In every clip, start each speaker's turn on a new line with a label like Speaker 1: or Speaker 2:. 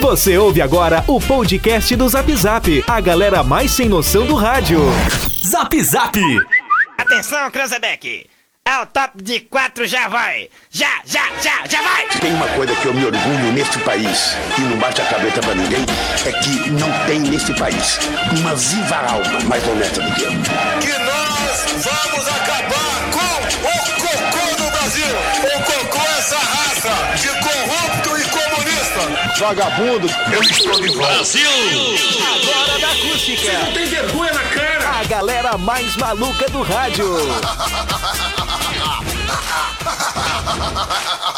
Speaker 1: Você ouve agora o podcast do Zap Zap, a galera mais sem noção do rádio.
Speaker 2: Zap Zap!
Speaker 3: Atenção, Cranzebeck! É o top de quatro, já vai! Já, já, já, já vai!
Speaker 4: Tem uma coisa que eu me orgulho neste país e não bate a cabeça pra ninguém, é que não tem neste país uma viva alma mais honesta do que eu.
Speaker 5: que nós vamos acabar com o cocô do Brasil. O cocô é essa raça de corrupto e comunista.
Speaker 4: Vagabundo, eu estou de volta.
Speaker 5: Brasil!
Speaker 1: A galera mais maluca do rádio.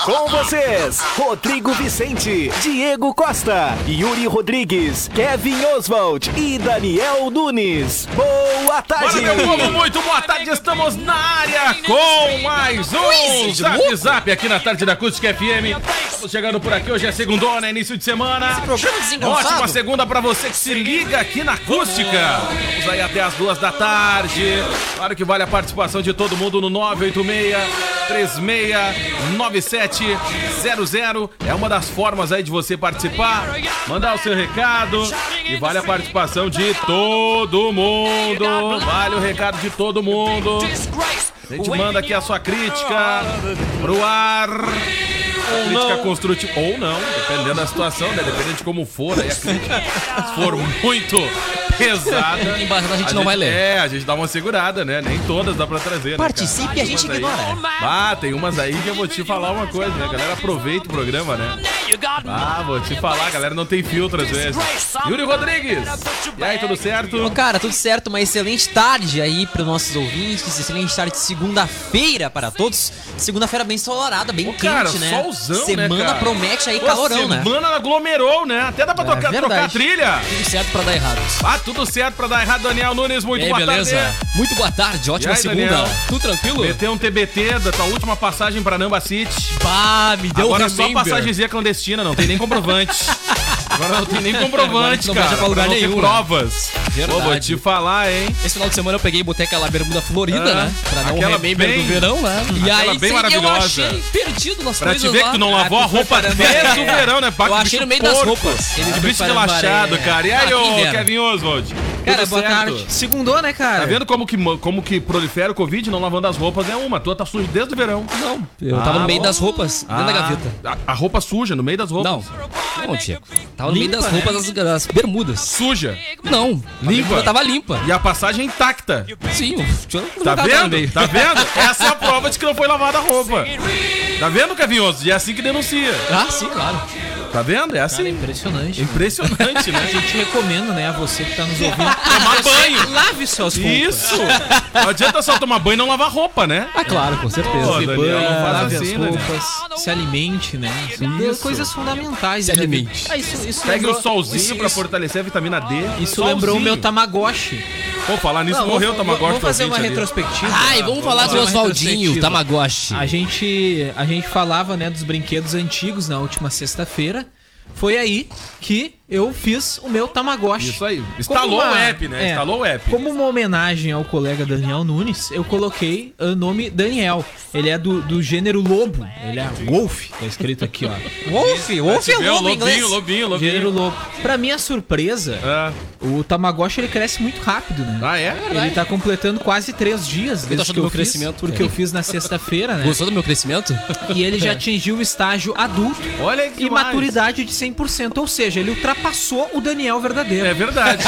Speaker 1: Com vocês, Rodrigo Vicente, Diego Costa, Yuri Rodrigues, Kevin Oswald e Daniel Nunes. Boa tarde!
Speaker 6: Olha, meu povo, muito boa tarde, estamos na área com mais um Zap Zap aqui na tarde da Acústica FM. Estamos chegando por aqui, hoje é segundona, é início de semana. Ótima segunda pra você que se liga aqui na Acústica. Vamos aí até as duas da tarde. Claro que vale a participação de todo mundo no 986-369700. É uma das formas aí de você participar, mandar o seu recado e vale a participação de todo mundo. Vale o recado de todo mundo. A gente manda aqui a sua crítica pro ar. Crítica construtiva ou não, dependendo da situação, né? Dependendo de como for aí a crítica. Se for muito pesada,
Speaker 2: Embaixo a gente não vai ler.
Speaker 6: É, a gente dá uma segurada, né? Nem todas dá pra trazer, né? cara?
Speaker 2: Participe e a gente
Speaker 6: Tem umas
Speaker 2: ignora.
Speaker 6: aí- Ah, tem umas aí que eu vou te falar uma coisa, né, galera? Aproveita o programa, né? Ah, vou te falar, galera, não tem filtro às vezes. Yuri Rodrigues! E aí, tudo
Speaker 2: Ô,
Speaker 6: certo?
Speaker 2: cara, tudo certo, uma excelente tarde aí para nossos ouvintes, excelente tarde de segunda-feira para todos. Segunda-feira bem ensolarada, bem
Speaker 6: Ô,
Speaker 2: quente,
Speaker 6: cara,
Speaker 2: né?
Speaker 6: solzão,
Speaker 2: semana
Speaker 6: né, cara?
Speaker 2: promete aí
Speaker 6: Pô,
Speaker 2: calorão, né? É
Speaker 6: semana aglomerou, né? Até dá pra tocar,
Speaker 2: verdade.
Speaker 6: trocar a trilha.
Speaker 2: Tudo certo para dar errado.
Speaker 6: Ah, tudo certo pra dar errado, Daniel Nunes. Muito
Speaker 2: E aí,
Speaker 6: boa
Speaker 2: beleza?
Speaker 6: tarde. né?
Speaker 2: Muito boa tarde, ótima
Speaker 6: E aí,
Speaker 2: segunda.
Speaker 6: Daniel?
Speaker 2: Tudo tranquilo?
Speaker 6: Meteu um TBT da tua última passagem pra Namba City.
Speaker 2: Bah, me deu
Speaker 6: Agora é
Speaker 2: um
Speaker 6: só
Speaker 2: remember.
Speaker 6: passagemzinha clandestina, não tem nem comprovante. Agora não tem nem
Speaker 2: Agora a
Speaker 6: comprovante,
Speaker 2: gente não
Speaker 6: cara.
Speaker 2: viaja pra lugar
Speaker 6: não tem
Speaker 2: nenhum, né?
Speaker 6: provas.
Speaker 2: Verdade.
Speaker 6: Pô, vou te falar, hein?
Speaker 2: Esse final de semana eu peguei e botei aquela bermuda florida,
Speaker 6: Ah,
Speaker 2: né? Pra dar um
Speaker 6: aquela
Speaker 2: remember
Speaker 6: bem-
Speaker 2: do verão, né? E
Speaker 6: aquela
Speaker 2: aí
Speaker 6: bem
Speaker 2: sei que eu
Speaker 6: maravilhosa.
Speaker 2: achei perdido nas
Speaker 6: Pra
Speaker 2: coisas
Speaker 6: te ver
Speaker 2: lá.
Speaker 6: que tu não lavou a
Speaker 2: Ah,
Speaker 6: roupa
Speaker 2: fui
Speaker 6: desde
Speaker 2: preparar-
Speaker 6: o verão, né? Pá,
Speaker 2: Eu
Speaker 6: que
Speaker 2: achei
Speaker 6: bicho
Speaker 2: no meio das
Speaker 6: porco.
Speaker 2: roupas. Ele
Speaker 6: Que
Speaker 2: de
Speaker 6: bicho
Speaker 2: preparar-
Speaker 6: Tá relaxado, cara. E
Speaker 2: Ah,
Speaker 6: aí,
Speaker 2: que
Speaker 6: ô
Speaker 2: inverno.
Speaker 6: Kevin Oswald?
Speaker 2: Cara,
Speaker 6: Tudo
Speaker 2: boa
Speaker 6: certo?
Speaker 2: tarde. Segundou, né, cara?
Speaker 6: Tá vendo como que, mo- como que prolifera o Covid? Não lavando as roupas é uma. A tua tá suja desde o verão.
Speaker 2: Não, eu tava
Speaker 6: Ah,
Speaker 2: no meio
Speaker 6: bom.
Speaker 2: das roupas, dentro da
Speaker 6: Ah,
Speaker 2: gaveta.
Speaker 6: A, a roupa suja, no meio das roupas.
Speaker 2: Não, não, Diego. Tava no meio das roupas, das,
Speaker 6: né?
Speaker 2: das bermudas.
Speaker 6: Suja.
Speaker 2: Não,
Speaker 6: Tá
Speaker 2: limpa. Tava limpa.
Speaker 6: E a passagem intacta.
Speaker 2: Sim, eu
Speaker 6: Tá
Speaker 2: tava no meio.
Speaker 6: vendo? Tá vendo? Essa é a prova de que não foi lavada a roupa. Tá vendo, Cavinhoso? E é assim que denuncia.
Speaker 2: Ah, sim, claro.
Speaker 6: Tá vendo? É assim.
Speaker 7: Impressionante.
Speaker 6: Impressionante,
Speaker 7: A
Speaker 6: né?
Speaker 7: gente recomenda, né, a você que tá nos ouvindo.
Speaker 6: Tomar banho.
Speaker 7: Lave suas roupas.
Speaker 6: Isso! Não adianta só tomar banho e não lavar roupa, né?
Speaker 2: Ah, claro, com certeza.
Speaker 6: Pô, Daniel, não faz
Speaker 7: Lave
Speaker 6: assim,
Speaker 7: as
Speaker 6: né,
Speaker 7: roupas, se alimente, né? São coisas fundamentais.
Speaker 2: Se
Speaker 7: né?
Speaker 2: alimente.
Speaker 7: Ah, isso, isso
Speaker 6: Pega o
Speaker 7: lembrou-
Speaker 6: solzinho pra
Speaker 7: isso-
Speaker 6: fortalecer a vitamina D.
Speaker 7: Isso
Speaker 6: Solzinho.
Speaker 7: lembrou o meu Tamagotchi.
Speaker 6: Pô, falar nisso,
Speaker 7: Não,
Speaker 6: morreu o
Speaker 7: vamos-
Speaker 6: Tamagotchi.
Speaker 7: Vamos fazer uma
Speaker 6: ouvinte ali.
Speaker 7: retrospectiva.
Speaker 2: Ai, vamos falar do
Speaker 7: fazer uma
Speaker 2: Oswaldinho,
Speaker 7: retrospectiva.
Speaker 2: Tamagotchi.
Speaker 7: A gente, a gente falava, né, dos brinquedos antigos na última sexta-feira. Foi aí que eu fiz o meu Tamagotchi.
Speaker 6: Isso aí. Instalou
Speaker 7: Como
Speaker 6: o
Speaker 7: uma-
Speaker 6: app, né?
Speaker 7: é,
Speaker 6: Instalou o app.
Speaker 7: Como uma homenagem ao colega Daniel Nunes, eu coloquei o nome Daniel. Ele é do, do gênero lobo. Ele é wolf, tá escrito aqui, ó.
Speaker 2: Wolf, Wolf
Speaker 6: Se
Speaker 2: é
Speaker 6: vê, o
Speaker 2: lobo em inglês.
Speaker 6: lobinho, lobinho,
Speaker 7: gênero
Speaker 6: lobinho.
Speaker 7: lobo. Pra minha surpresa,
Speaker 6: Ah,
Speaker 7: o Tamagotchi ele cresce muito rápido, né?
Speaker 6: ah, é?
Speaker 7: Ele tá completando quase três dias desde
Speaker 2: achando
Speaker 7: que
Speaker 2: do
Speaker 7: eu
Speaker 2: meu
Speaker 7: fiz,
Speaker 2: crescimento,
Speaker 7: porque
Speaker 2: cara.
Speaker 7: eu fiz na sexta-feira, né?
Speaker 2: Gostou do meu crescimento?
Speaker 7: E ele já atingiu o estágio adulto
Speaker 6: Olha que
Speaker 7: e maturidade de 100%, ou seja, ele ultrapassou o Daniel verdadeiro.
Speaker 6: É verdade.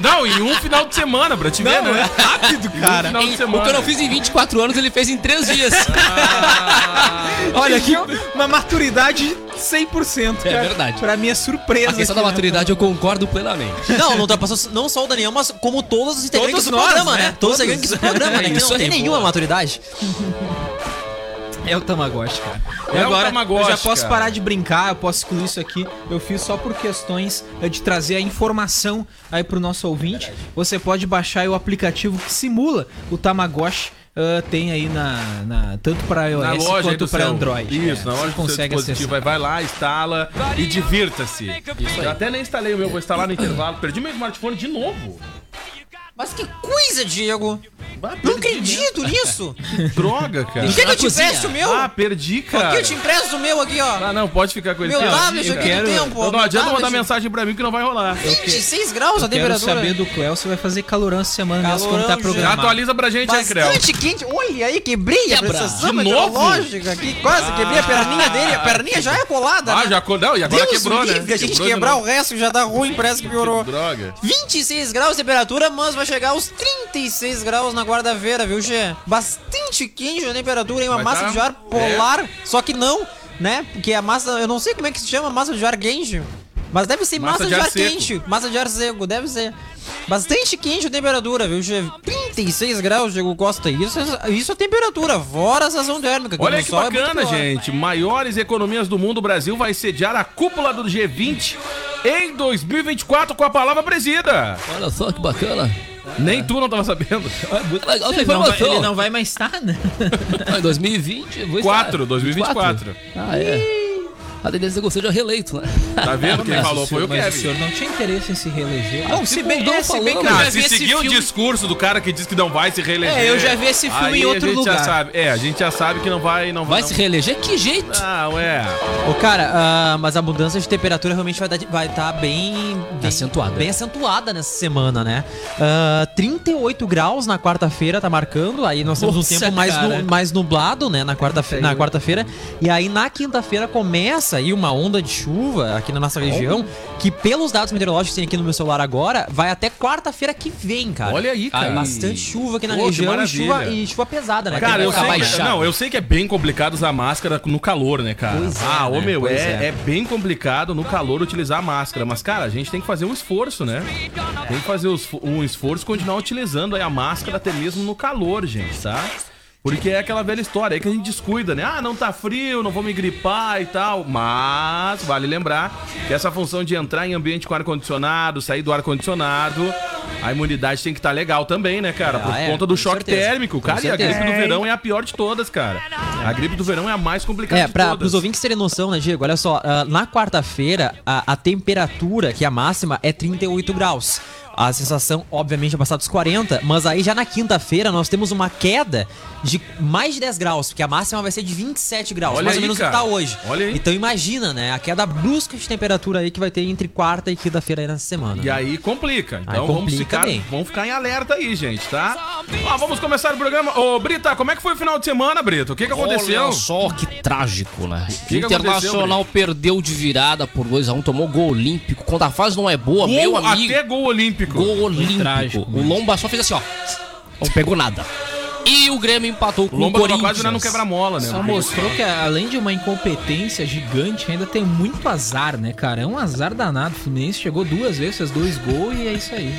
Speaker 6: não, em um final de semana, pra te ver,
Speaker 8: é
Speaker 6: né?
Speaker 2: rápido,
Speaker 6: cara. Em um final de
Speaker 2: O que eu
Speaker 6: semana.
Speaker 2: não fiz em 24 anos, ele fez em 3 dias.
Speaker 7: Olha aqui, uma maturidade 100%.
Speaker 2: É
Speaker 7: cara.
Speaker 2: verdade.
Speaker 7: Pra minha surpresa.
Speaker 2: A questão da
Speaker 7: assim, né?
Speaker 2: maturidade eu concordo plenamente. Não, não ultrapassou não só o Daniel, mas como todos
Speaker 6: é
Speaker 2: os integrantes
Speaker 7: Todos
Speaker 2: do
Speaker 7: nós,
Speaker 2: programa, né?
Speaker 7: né?
Speaker 2: Todos os
Speaker 7: Todos.
Speaker 2: integrantes do programa, né? Que
Speaker 7: Isso
Speaker 2: não tem
Speaker 7: aí,
Speaker 2: nenhuma
Speaker 7: boa.
Speaker 2: maturidade.
Speaker 7: É o Tamagotchi, cara.
Speaker 6: É
Speaker 7: E
Speaker 6: o
Speaker 7: agora,
Speaker 6: Tamagotchi,
Speaker 7: eu já posso
Speaker 6: cara.
Speaker 7: parar de brincar, eu posso excluir isso aqui. Eu fiz só por questões eh, de trazer a informação aí pro nosso ouvinte. Você pode baixar aí o aplicativo que simula o Tamagotchi. eh, tem aí na, na- tanto pra iOS
Speaker 6: Na loja aí
Speaker 7: quanto
Speaker 6: do
Speaker 7: pra
Speaker 6: seu-
Speaker 7: Android.
Speaker 6: Isso,
Speaker 7: É,
Speaker 6: na
Speaker 7: você
Speaker 6: loja do seu
Speaker 7: consegue
Speaker 6: dispositivo. Vai,
Speaker 7: acessar.
Speaker 6: vai lá, instala e divirta-se. Eu até nem instalei o meu, vou instalar no intervalo. Perdi meu smartphone de novo.
Speaker 2: Mas que coisa, Diego!
Speaker 8: Não acredito nisso!
Speaker 6: Droga, cara.
Speaker 8: Por que, que eu te
Speaker 7: cozinha.
Speaker 8: empresto o meu?
Speaker 6: Ah, perdi,
Speaker 8: Aqui eu
Speaker 6: cara.
Speaker 8: te empresto o meu aqui, ó.
Speaker 6: Ah, não, pode ficar com ele.
Speaker 8: Meu
Speaker 6: Tem-
Speaker 8: tablet
Speaker 7: eu
Speaker 8: aqui
Speaker 7: quero-
Speaker 8: do tempo. ó,
Speaker 6: Não
Speaker 8: meu
Speaker 6: adianta mandar
Speaker 8: tablet.
Speaker 6: mensagem pra mim que não vai rolar.
Speaker 8: 26 graus a
Speaker 7: Quero
Speaker 8: temperatura.
Speaker 7: saber do Cléo se vai fazer calorão essa semana mesmo quando tá
Speaker 8: Calorão,
Speaker 6: Já
Speaker 7: programado.
Speaker 6: atualiza pra gente, né, Creu?
Speaker 8: Bastante quente. Olha aí, quebrei a
Speaker 6: De
Speaker 8: prestação
Speaker 6: novo?
Speaker 8: meteorológica aqui. Quase quebrei a perninha dele. A perninha já é colada.
Speaker 6: Ah,
Speaker 8: né?
Speaker 6: já acordou? E agora
Speaker 8: Deus
Speaker 6: quebrou, né?
Speaker 8: livre, A gente
Speaker 6: Quebrou de
Speaker 8: quebrar o
Speaker 6: novo.
Speaker 8: resto já dá ruim, parece que piorou.
Speaker 6: Droga.
Speaker 8: 26 graus de temperatura, mas vai chegar aos 36 graus na guarda-feira, viu, Gê? Bastante quente a temperatura, hein? Uma
Speaker 6: Vai
Speaker 8: massa
Speaker 6: tá.
Speaker 8: de ar polar, só que não, né? Porque a massa, eu não sei como é que se chama massa de ar quente, mas deve ser massa, de ar,
Speaker 6: seco.
Speaker 8: quente, massa de ar seco, deve ser. Bastante quente a temperatura, viu, Gê? 36 graus, Diego Costa, isso, é- isso é temperatura, fora a sensação térmica.
Speaker 6: Olha
Speaker 8: no
Speaker 6: que
Speaker 8: sol é muito
Speaker 6: bacana,
Speaker 8: pior.
Speaker 6: gente. Maiores economias do mundo, o Brasil vai sediar a cúpula do G20 em 2024 com a palavra presida.
Speaker 2: Olha só que bacana.
Speaker 6: Nem tu não tava sabendo.
Speaker 2: Legal essa
Speaker 7: Ele não, vai, ele
Speaker 2: informação.
Speaker 7: não vai mais estar, né?
Speaker 2: Ah, Em 2020, eu vou estar-
Speaker 6: 4, 2024.
Speaker 2: Ah, é. A tendência é que eu seja reeleito, né?
Speaker 6: Tá vendo quem
Speaker 7: Mas
Speaker 6: falou?
Speaker 7: o
Speaker 6: Foi
Speaker 7: senhor,
Speaker 6: o
Speaker 7: mas o
Speaker 6: Kevin.
Speaker 7: senhor não tinha interesse em se reeleger.
Speaker 2: Ah, se bem- é, se bem que eu
Speaker 6: Ah,
Speaker 2: já
Speaker 6: se seguir o discurso do cara que diz que não vai se reeleger.
Speaker 7: É, eu já vi esse filme
Speaker 6: aí
Speaker 7: em outro
Speaker 6: a gente Já
Speaker 7: lugar.
Speaker 6: sabe. É, a gente já sabe que não vai. Não
Speaker 2: Vai
Speaker 6: não-
Speaker 2: se reeleger? Que jeito?
Speaker 6: Ah, ué.
Speaker 8: Ô, cara, ah, mas a mudança de temperatura realmente vai estar vai tá bem, bem-
Speaker 2: Acentuada.
Speaker 8: Bem acentuada nessa semana, né? Ah, 38 graus na quarta-feira tá marcando, aí nós temos
Speaker 2: Nossa,
Speaker 8: um tempo mais, nu-
Speaker 2: cara.
Speaker 8: mais nublado, né? Na quarta-feira, na quarta-feira. E aí na quinta-feira começa aí uma onda de chuva aqui na nossa região, que pelos dados meteorológicos que tem aqui no meu celular agora, vai até quarta-feira que vem, cara.
Speaker 6: Olha aí, cara.
Speaker 8: Ah, Bastante chuva aqui na
Speaker 6: Pô, que
Speaker 8: região e
Speaker 6: maravilha.
Speaker 8: chuva, e chuva pesada, né?
Speaker 6: Cara,
Speaker 8: Tem
Speaker 6: eu
Speaker 8: que acabar
Speaker 6: sei, que,
Speaker 8: baixando.
Speaker 6: não, eu sei que é bem complicado usar máscara no calor, né, cara?
Speaker 8: Pois é,
Speaker 6: ah, ô
Speaker 8: né?
Speaker 6: meu,
Speaker 8: Pois
Speaker 6: é,
Speaker 8: é.
Speaker 6: é bem complicado no calor utilizar a máscara. Mas, cara, a gente tem que fazer um esforço, né? Tem que fazer os- um esforço e continuar utilizando aí a máscara até mesmo no calor, gente, tá? Porque é aquela velha história aí que a gente descuida, né? Ah, não tá frio, não vou me gripar e tal. Mas vale lembrar que essa função de entrar em ambiente com ar-condicionado, sair do ar-condicionado, a imunidade tem que estar legal também, né, cara? Por
Speaker 8: Ah, é,
Speaker 6: conta do
Speaker 8: com
Speaker 6: choque
Speaker 8: certeza.
Speaker 6: térmico,
Speaker 8: Com
Speaker 6: cara. E a
Speaker 8: certeza.
Speaker 6: gripe do verão é a pior de todas, cara. A gripe do verão é a mais complicada
Speaker 8: É,
Speaker 6: de
Speaker 8: para
Speaker 6: todas.
Speaker 8: os ouvintes terem noção, né, Diego? Olha só, ah, na quarta-feira, a, a temperatura, que é a máxima, é 38 graus. A sensação, obviamente, é passar dos 40, mas aí já na quinta-feira nós temos uma queda de mais de 10 graus, porque a máxima vai ser de 27 graus,
Speaker 6: Olha
Speaker 8: mais
Speaker 6: aí,
Speaker 8: ou menos o que
Speaker 6: cara.
Speaker 8: tá hoje.
Speaker 6: Olha aí.
Speaker 8: Então imagina, né, a queda brusca de temperatura aí que vai ter entre quarta e quinta-feira aí nessa semana.
Speaker 6: E aí complica. Então
Speaker 8: Aí
Speaker 6: vamos,
Speaker 8: complica
Speaker 6: ficar,
Speaker 8: bem.
Speaker 6: vamos ficar em alerta aí, gente, tá? Ó, vamos começar o programa. Ô, Brita, como é que foi o final de semana, Brito? O que, que aconteceu?
Speaker 2: Olha só que trágico, né?
Speaker 6: que
Speaker 2: Internacional perdeu de virada por 2x1, tomou gol olímpico. Quando a fase não é boa,
Speaker 6: Gol,
Speaker 2: meu amigo.
Speaker 6: até gol olímpico.
Speaker 2: Gol olímpico.
Speaker 7: trágico,
Speaker 2: o Lomba só fez assim, ó. Não pegou nada. E o Grêmio empatou com
Speaker 6: O
Speaker 2: o,
Speaker 6: Lomba tava
Speaker 2: Corinthians.
Speaker 6: quase não quebra-mola, né?
Speaker 7: Só mostrou que além de uma incompetência gigante, ainda tem muito azar, né, cara? É um azar danado. O Fluminense chegou duas vezes, fez dois gols e é isso aí.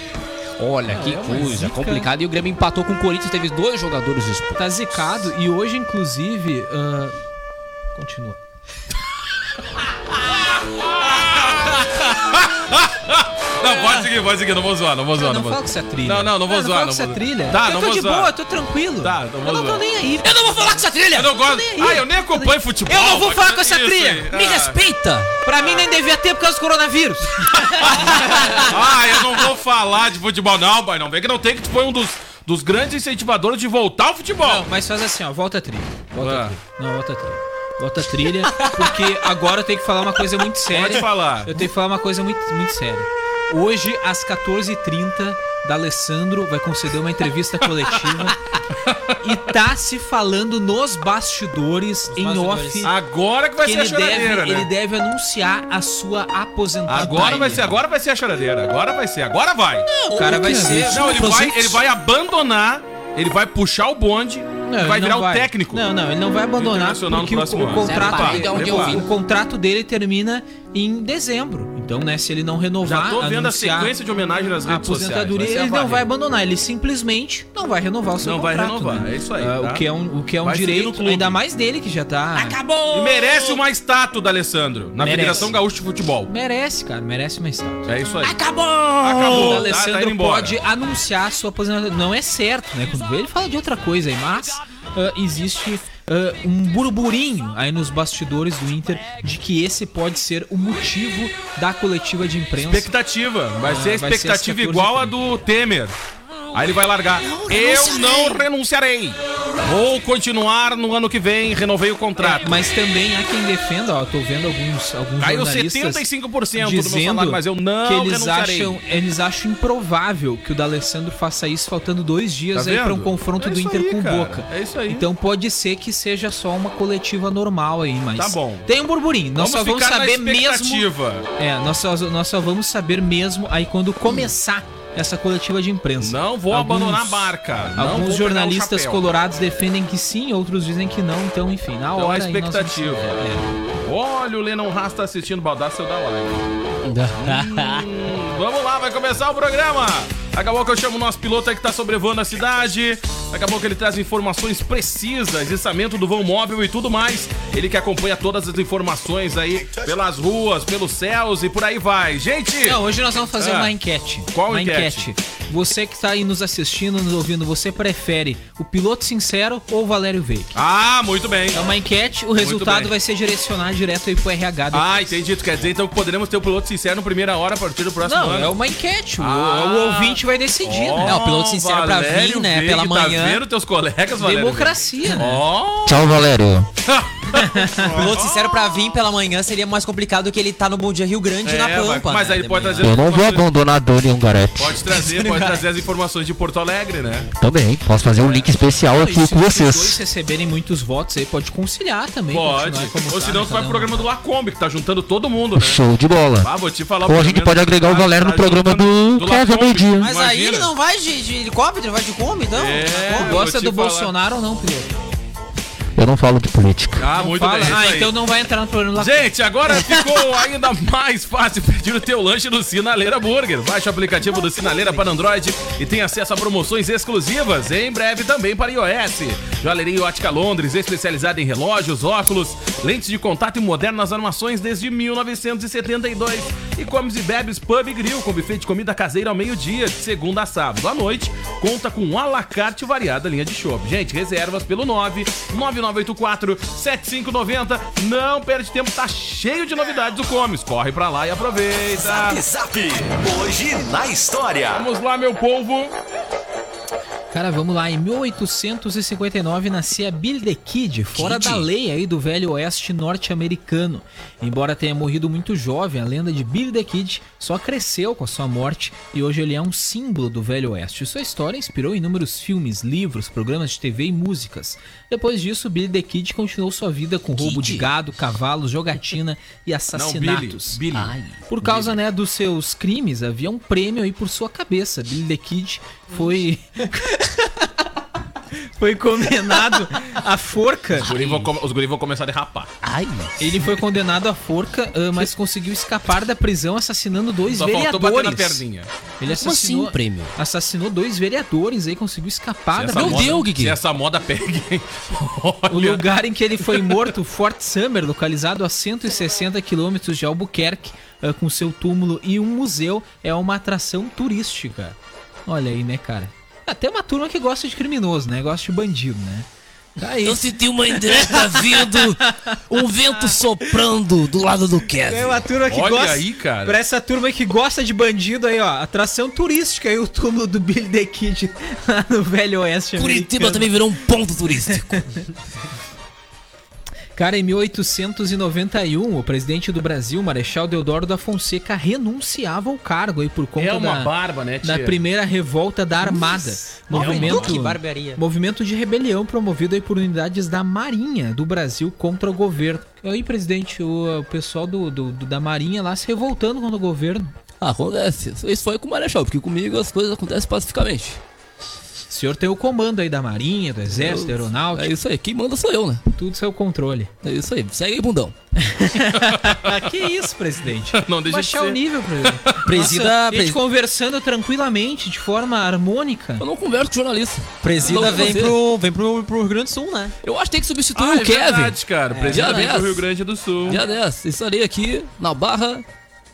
Speaker 2: Olha que
Speaker 7: É uma
Speaker 2: coisa
Speaker 7: zica.
Speaker 2: complicada. E o Grêmio empatou com o Corinthians, teve dois jogadores expulsos.
Speaker 7: Tá zicado e hoje, inclusive. ah, Continua.
Speaker 6: Não, pode seguir, pode seguir. Não vou zoar, não vou zoar. Não,
Speaker 7: Cara, não
Speaker 6: vou...
Speaker 7: fala que isso é trilha.
Speaker 6: Não, não, não vou
Speaker 7: Cara,
Speaker 6: zoar,
Speaker 7: Não fala que
Speaker 6: não
Speaker 7: isso é
Speaker 6: vou-
Speaker 7: trilha.
Speaker 6: Tá, não
Speaker 7: eu tô
Speaker 6: vou
Speaker 7: de
Speaker 6: zoar.
Speaker 7: boa, eu tô tranquilo.
Speaker 6: Tá, não vou
Speaker 7: eu não tô
Speaker 6: zoar.
Speaker 7: nem aí.
Speaker 2: Eu não vou falar com essa trilha!
Speaker 6: Eu não gosto.
Speaker 7: nem aí.
Speaker 6: Ah, eu nem acompanho futebol.
Speaker 7: Eu não vou
Speaker 6: mas é
Speaker 7: falar com essa
Speaker 6: isso
Speaker 7: trilha.
Speaker 6: aí.
Speaker 2: Me
Speaker 6: Ah.
Speaker 2: respeita!
Speaker 7: Pra mim nem devia ter por causa do coronavírus.
Speaker 6: Ah, eu não vou falar de futebol, não, pai. Não vem que não tem que tu foi um dos, dos grandes incentivadores de voltar ao futebol.
Speaker 7: Não, mas faz assim, ó, volta a trilha. Volta
Speaker 6: Ah.
Speaker 7: a trilha. Não, volta a trilha. Volta a trilha, porque agora eu tenho que falar uma coisa muito séria.
Speaker 6: Pode falar.
Speaker 7: Eu tenho que falar uma coisa muito, muito séria. Hoje, às 14h30, D'Alessandro vai conceder uma entrevista coletiva e tá se falando nos bastidores, em
Speaker 8: bastidores.
Speaker 7: off,
Speaker 6: Agora que Ah, vai
Speaker 7: que
Speaker 6: ser a
Speaker 7: ele deve,
Speaker 6: choradeira,
Speaker 7: ele
Speaker 6: né?
Speaker 7: deve anunciar a sua aposentadoria.
Speaker 6: Agora vai ser, agora vai ser a choradeira. Agora vai ser, agora vai.
Speaker 7: O cara vai ser...
Speaker 6: Não, ele vai, ele vai abandonar, ele vai puxar o bonde,
Speaker 7: ele
Speaker 6: vai
Speaker 7: não
Speaker 6: virar o técnico.
Speaker 7: Não, não, ele não vai abandonar
Speaker 6: Internacional no
Speaker 7: porque o,
Speaker 6: próximo
Speaker 7: o
Speaker 6: ano.
Speaker 7: contrato, é
Speaker 2: Zero barriga,
Speaker 6: é
Speaker 2: onde eu vi.
Speaker 7: Então, o contrato dele termina em dezembro. Então, né, se ele não
Speaker 6: Já
Speaker 7: renovar,
Speaker 6: tô vendo a
Speaker 7: anunciar
Speaker 6: sequência de homenagem nas
Speaker 7: a
Speaker 6: redes
Speaker 7: aposentadoria,
Speaker 6: sociais.
Speaker 7: ele
Speaker 6: ser a
Speaker 7: não vai
Speaker 6: barreira.
Speaker 7: abandonar, ele simplesmente não vai renovar o seu
Speaker 6: Não vai
Speaker 7: contrato.
Speaker 6: renovar,
Speaker 7: né?
Speaker 6: é isso aí,
Speaker 7: Ah,
Speaker 6: tá?
Speaker 7: O que é um, o que é um
Speaker 6: Vai seguir no
Speaker 7: direito,
Speaker 6: clube.
Speaker 7: ainda mais dele que já tá...
Speaker 6: E merece uma estátua do Alessandro na
Speaker 7: Merece.
Speaker 6: Federação Gaúcha de Futebol.
Speaker 7: Merece, cara, merece uma estátua.
Speaker 6: É isso aí. Acabou! Acabou.
Speaker 7: O
Speaker 6: tá- tá indo
Speaker 7: Alessandro
Speaker 6: embora.
Speaker 7: pode anunciar a sua aposentadoria. Não é certo, né? Quando vê, ele fala de outra coisa aí, mas ah, existe ah, um burburinho aí nos bastidores do Inter de que esse pode ser o motivo da coletiva de imprensa.
Speaker 6: Expectativa. Vai ser a
Speaker 7: Ah, vai ser às
Speaker 6: expectativa
Speaker 7: 14h30.
Speaker 6: igual a do Temer. Aí ele vai largar. Eu não renunciarei. Vou continuar no ano que vem, renovei o contrato.
Speaker 7: Mas também há quem defenda, ó, tô vendo alguns, alguns
Speaker 6: Caiu
Speaker 7: jornalistas
Speaker 6: 75% do meu
Speaker 7: dizendo
Speaker 6: salário, "Ah, mas eu não
Speaker 7: que eles
Speaker 6: renunciarei.
Speaker 7: acham, eles acham improvável que o D'Alessandro faça isso faltando dois dias
Speaker 6: Tá
Speaker 7: aí
Speaker 6: vendo?
Speaker 7: para um confronto
Speaker 6: É
Speaker 7: do
Speaker 6: isso
Speaker 7: Inter
Speaker 6: aí,
Speaker 7: com o
Speaker 6: cara.
Speaker 7: Boca.
Speaker 6: É isso aí.
Speaker 7: Então pode ser que seja só uma coletiva normal aí, mas
Speaker 6: Tá bom.
Speaker 7: Tem um burburinho, nós só vamos saber mesmo.
Speaker 6: expectativa.
Speaker 7: É, nós só, nós só vamos saber mesmo aí quando começar essa coletiva de imprensa.
Speaker 6: Não vou
Speaker 7: Alguns-
Speaker 6: abandonar a barca. Não vou pegar
Speaker 7: Alguns
Speaker 6: o
Speaker 7: jornalistas
Speaker 6: chapéu.
Speaker 7: colorados defendem que sim, outros dizem que não, então enfim, na
Speaker 6: Então, a
Speaker 7: hora aí nós vamos- É,
Speaker 6: expectativa. Olha, o Lennon Rasta assistindo Baldaço, eu dá like. Hum, Vamos lá, vai começar o programa. Acabou que eu chamo o nosso piloto aí que tá sobrevoando a cidade. Acabou que ele traz informações precisas, içamento do vão móvel e tudo mais. Ele que acompanha todas as informações aí pelas ruas, pelos céus e por aí vai. Gente,
Speaker 7: Não, hoje nós vamos fazer
Speaker 6: Ah.
Speaker 7: uma enquete.
Speaker 6: Qual
Speaker 7: uma
Speaker 6: enquete?
Speaker 7: Você que tá aí nos assistindo, nos ouvindo, você prefere o piloto sincero ou o Valério Veiga?
Speaker 6: ah, muito bem.
Speaker 7: É uma enquete, o resultado
Speaker 6: bem.
Speaker 7: vai ser direcionado direto aí pro RH. depois.
Speaker 6: Ah, entendi. Tu quer dizer então que poderemos ter o piloto sincero na primeira hora a partir do próximo
Speaker 7: Não,
Speaker 6: ano?
Speaker 7: é uma enquete. o-
Speaker 6: Ah.
Speaker 7: O, ouvinte vai decidir, né?
Speaker 8: Não, é o piloto sincero pra vir,
Speaker 6: Valério
Speaker 8: né,
Speaker 6: Veiga,
Speaker 8: pela manhã.
Speaker 6: Tá vendo teus colegas, Valério?
Speaker 7: Democracia, né?
Speaker 6: Ó,
Speaker 2: Tchau, Valério.
Speaker 8: O piloto sincero pra vir pela manhã seria mais complicado que ele tá no Bom Dia Rio Grande
Speaker 6: é,
Speaker 8: na
Speaker 6: vai-
Speaker 8: Pampa.
Speaker 6: mas
Speaker 8: né,
Speaker 6: aí ele
Speaker 8: de
Speaker 6: pode
Speaker 8: manhã.
Speaker 6: trazer, pode,
Speaker 2: abandonar Doni Ungaretti.
Speaker 6: pode trazer, pode trazer as informações de Porto Alegre, né?
Speaker 2: Também. Posso fazer um link especial
Speaker 7: E se os dois receberem muitos votos aí, pode conciliar também.
Speaker 6: Pode.
Speaker 7: continuar como
Speaker 6: Ou
Speaker 7: tá,
Speaker 6: senão
Speaker 7: né,
Speaker 6: tu vai
Speaker 7: cada
Speaker 6: pro
Speaker 7: um.
Speaker 6: programa do Lacombe, que tá juntando todo mundo, né?
Speaker 2: de bola.
Speaker 6: Ah, vou te falar.
Speaker 2: Ou a gente pode agregar
Speaker 6: tá
Speaker 2: o Valério no programa do Kevin Meidinho.
Speaker 8: Mas aí ele não vai de, de helicóptero, ele vai de Kombi, então?
Speaker 6: É.
Speaker 7: Bom,
Speaker 6: eu
Speaker 7: Gosta
Speaker 6: vou te
Speaker 7: do
Speaker 6: falar.
Speaker 7: Bolsonaro ou não, piloto?
Speaker 2: Eu não falo de política.
Speaker 6: Ah, muito
Speaker 7: Fala.
Speaker 6: bem.
Speaker 7: ah,
Speaker 6: isso aí.
Speaker 7: então não vai entrar no programa lá.
Speaker 6: Gente, agora ficou ainda mais fácil pedir o teu lanche no Sinaleira Burger. Baixe o aplicativo do Sinaleira para Android e tem acesso a promoções exclusivas, em breve também para iOS. Joalheria Ótica Londres, especializada em relógios, óculos, lentes de contato e modernas armações desde 1972. E comes e bebes Pub Grill, com buffet de comida caseira ao meio-dia, de segunda a sábado à noite. Conta com um alacarte variada linha de chopp. Gente, reservas pelo 9 9984 7590. Não perde tempo, tá cheio de novidades do Comes. Corre pra lá e aproveita.
Speaker 1: Zap Zap, hoje na história.
Speaker 6: Vamos lá, meu povo.
Speaker 7: Cara, vamos lá. Em 1859 nascia Billy the Kid, fora
Speaker 8: Kid?
Speaker 7: da lei aí do velho oeste norte-americano. Embora tenha morrido muito jovem, a lenda de Billy the Kid só cresceu com a sua morte e hoje ele é um símbolo do velho oeste. Sua história inspirou inúmeros filmes, livros, programas de TV e músicas. Depois disso, Billy the Kid continuou sua vida com roubo de gado, cavalos, jogatina e assassinatos.
Speaker 6: Billy.
Speaker 7: Por causa, né, dos seus crimes, havia um prêmio aí por sua cabeça. Billy the Kid foi. foi condenado à forca.
Speaker 6: Os guris, vão come- os guris vão começar a derrapar.
Speaker 7: Ele foi condenado à forca, ah, mas conseguiu escapar da prisão assassinando dois
Speaker 6: Só faltou bater na
Speaker 7: vereadores.
Speaker 6: perninha.
Speaker 7: Ele
Speaker 2: Como assim
Speaker 7: assassinou,
Speaker 2: um prêmio?
Speaker 7: assassinou dois vereadores aí, conseguiu escapar da
Speaker 2: Ah, Meu
Speaker 6: moda,
Speaker 2: Deus, Guigui.
Speaker 6: Se essa moda pega, hein?
Speaker 7: O
Speaker 6: Olha.
Speaker 7: lugar em que ele foi morto, Fort Summer, localizado a 160 quilômetros de Albuquerque, eh, com seu túmulo e um museu, é uma atração turística. Olha aí, né, cara? Até uma turma que gosta de criminoso, né? Gosta de bandido, né? Tá aí.
Speaker 2: Eu senti Então, uma indireta vindo, um vento soprando do lado do
Speaker 7: É
Speaker 2: Kevin.
Speaker 7: uma turma que
Speaker 6: Olha
Speaker 7: gosta.
Speaker 6: aí, cara.
Speaker 7: Pra essa turma que gosta de bandido aí, ó. Atração turística aí, o túmulo do Billy the Kid lá no Velho Oeste.
Speaker 2: Curitiba
Speaker 7: americano.
Speaker 2: também virou um ponto turístico.
Speaker 7: Cara, em 1891, o presidente do Brasil, Marechal Deodoro da Fonseca, renunciava ao cargo aí por conta
Speaker 6: É uma
Speaker 7: da,
Speaker 6: barba, né,
Speaker 7: da
Speaker 6: tia?
Speaker 7: primeira revolta da Armada. movimento,
Speaker 8: que barbearia.
Speaker 7: movimento de rebelião promovido aí por unidades da Marinha do Brasil contra o governo. Aí, presidente, o, o pessoal do, do- do- da Marinha lá se revoltando contra o governo.
Speaker 2: Ah, Acontece. Isso foi com o Marechal, porque comigo as coisas acontecem pacificamente.
Speaker 7: O senhor tem o comando aí da Marinha, do Exército, da
Speaker 2: É
Speaker 7: Aeronáutica,
Speaker 2: isso aí. Quem manda sou eu, né?
Speaker 7: tudo seu controle.
Speaker 2: É isso aí. Segue aí, bundão.
Speaker 7: Ah, que isso, presidente?
Speaker 6: Não deixa de
Speaker 7: Baixar
Speaker 6: ser.
Speaker 7: o nível, presidente.
Speaker 8: Presida-
Speaker 7: Nossa, a gente
Speaker 8: presi-
Speaker 7: conversando tranquilamente, de forma harmônica.
Speaker 2: Eu não converso com jornalista.
Speaker 8: Presida
Speaker 2: Não,
Speaker 8: vem,
Speaker 2: você-
Speaker 8: pro, vem pro, pro Rio Grande do Sul, né?
Speaker 2: Eu acho que tem que substituir o
Speaker 6: Ah, é
Speaker 2: Kevin. é.
Speaker 6: verdade, cara. O presidente
Speaker 2: Dia
Speaker 6: vem pro
Speaker 2: 10.
Speaker 6: Rio Grande do Sul.
Speaker 2: Dia 10. Estarei aqui na Barra,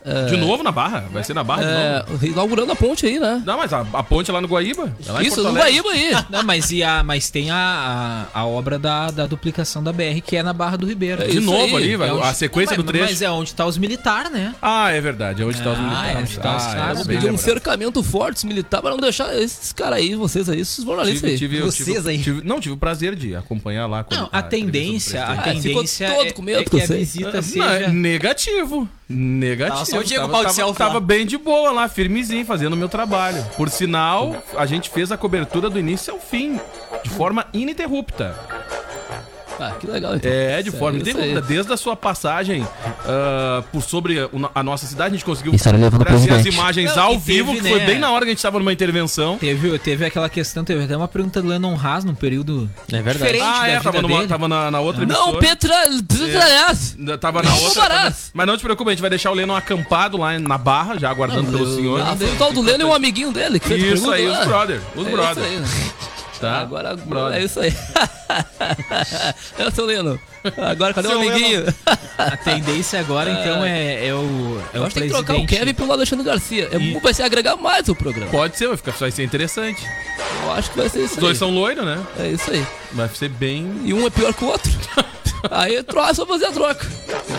Speaker 2: eh, eh,
Speaker 6: De novo na Barra? Vai ser na Barra de novo?
Speaker 2: eh, inaugurando a ponte aí, né?
Speaker 6: Não, mas a, a ponte lá no Guaíba. é lá em
Speaker 2: Isso,
Speaker 6: Porto
Speaker 2: no
Speaker 6: Alegre.
Speaker 2: Guaíba aí.
Speaker 7: Não, mas, e a, mas tem a, a, a obra da, da duplicação da BR, que é na Barra do Ribeiro.
Speaker 6: De
Speaker 2: Isso aí,
Speaker 6: novo ali, vai,
Speaker 2: é onde-
Speaker 6: a sequência
Speaker 7: tá mas,
Speaker 6: do trecho.
Speaker 7: Mas é onde tá os militares, né?
Speaker 6: Ah, é verdade. É onde tá os
Speaker 7: Ah,
Speaker 6: militares.
Speaker 7: é onde tá os caras,
Speaker 6: era
Speaker 7: né?
Speaker 6: bem
Speaker 2: Pediu um
Speaker 6: lembrado.
Speaker 2: cercamento forte, os militares, pra não deixar esses caras aí, vocês aí, esses jornalistas
Speaker 6: Tive,
Speaker 2: aí.
Speaker 6: tive, eu
Speaker 8: Vocês
Speaker 6: tive-
Speaker 8: aí.
Speaker 6: tive- não, tive o prazer de acompanhar lá. quando-
Speaker 7: Não, a
Speaker 6: Ah, entrevista do
Speaker 7: tendência, a
Speaker 6: presidente.
Speaker 2: Ah, ficou
Speaker 7: tendência
Speaker 2: todo
Speaker 7: é,
Speaker 2: com medo
Speaker 7: é
Speaker 2: que
Speaker 7: que
Speaker 2: eu
Speaker 7: a
Speaker 2: sei.
Speaker 7: visita
Speaker 6: Não,
Speaker 7: seja...
Speaker 6: negativo. Negativo.
Speaker 8: Tava só o Diego
Speaker 6: tava,
Speaker 8: Baldicelli
Speaker 6: tava-
Speaker 8: lá.
Speaker 6: tava bem de boa lá, firmezinho, fazendo o meu trabalho. Por sinal, a gente fez a cobertura do início ao fim, de forma ininterrupta.
Speaker 2: Ah, que legal. Então.
Speaker 6: É, de
Speaker 2: Isso
Speaker 6: forma
Speaker 2: aí, isso aí.
Speaker 6: ininterrupta. Desde a sua passagem ah, por sobre o no- a nossa cidade, a gente conseguiu
Speaker 8: Isso era levando o
Speaker 6: trazer as
Speaker 8: presidente.
Speaker 6: imagens
Speaker 7: Não,
Speaker 6: ao
Speaker 7: e teve,
Speaker 6: vivo, que foi
Speaker 7: né?
Speaker 6: bem na hora que a gente tava numa intervenção.
Speaker 7: Teve, teve aquela questão, teve até uma pergunta do Lennon Haas num período
Speaker 8: É verdade.
Speaker 7: diferente
Speaker 6: Ah,
Speaker 7: da
Speaker 6: é,
Speaker 7: vida
Speaker 6: tava, numa-
Speaker 7: dele.
Speaker 6: tava na, na outra
Speaker 2: Não,
Speaker 6: emissora.
Speaker 2: Petra...
Speaker 6: É.
Speaker 2: é Petralhas.
Speaker 6: Ainda Tava na
Speaker 2: Não,
Speaker 6: outra.
Speaker 2: Barás.
Speaker 6: tava- Mas não te preocupa, a gente vai deixar o Leno acampado lá na barra, já aguardando pelos senhores.
Speaker 2: Ah, daí o tal do Leno é um amiguinho dele. Que fez
Speaker 6: Isso
Speaker 2: pergunta
Speaker 6: aí,
Speaker 2: lá.
Speaker 6: os brother. Os
Speaker 2: É
Speaker 6: brother.
Speaker 2: isso aí, né?
Speaker 6: Tá?
Speaker 2: Agora,
Speaker 6: brother.
Speaker 2: é isso aí. Eu sou o Leno. Agora, cadê o amiguinho?
Speaker 6: Tá
Speaker 7: A tendência agora, então, é, é o. É
Speaker 2: Eu
Speaker 7: o
Speaker 2: acho que tem que trocar o
Speaker 7: presidente.
Speaker 2: Kevin pelo Alexandre Garcia. É, Vai ser agregar mais o programa.
Speaker 6: Pode ser, vai, ficar, vai ser interessante.
Speaker 2: Eu acho que vai ser isso
Speaker 6: Os
Speaker 2: aí.
Speaker 6: dois são loiros, né?
Speaker 2: É isso aí.
Speaker 6: Vai ser bem.
Speaker 2: E um é pior que o outro. aí é troca, só fazer a troca.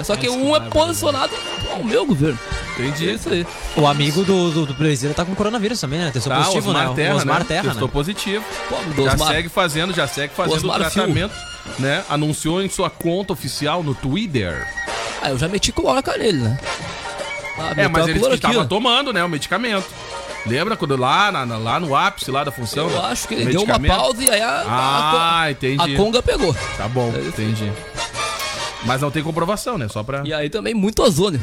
Speaker 2: Só que um é posicionado ao meu governo. É
Speaker 6: Entendi.
Speaker 2: isso aí.
Speaker 8: O amigo do, do, do Brasileiro tá com coronavírus também, né? Testou
Speaker 6: Tá,
Speaker 8: positivo, né?
Speaker 6: Osmar
Speaker 8: O
Speaker 6: Terra,
Speaker 8: Osmar
Speaker 6: né?
Speaker 8: Terra,
Speaker 6: Testou
Speaker 8: né?
Speaker 6: positivo.
Speaker 2: Pobre do
Speaker 6: Já
Speaker 2: Osmar.
Speaker 6: segue fazendo, já segue fazendo o
Speaker 2: Osmar Fio.
Speaker 6: tratamento, né? Anunciou em sua conta oficial no Twitter.
Speaker 2: Ah, eu já meti cloroca nele, né? Ah,
Speaker 6: É,
Speaker 2: meteu a
Speaker 6: mas ele disse que
Speaker 2: cloroquina.
Speaker 6: estava tomando, né, o medicamento. Lembra quando lá, na- na- lá no ápice lá da função? né?
Speaker 2: Eu acho que ele deu uma
Speaker 6: Medicamento?
Speaker 2: pausa e aí a, a,
Speaker 6: Ah,
Speaker 2: a
Speaker 6: entendi.
Speaker 2: conga pegou.
Speaker 6: Tá bom,
Speaker 2: É isso.
Speaker 6: entendi. Mas não tem comprovação, né? Só pra
Speaker 2: E aí também muito ozônio.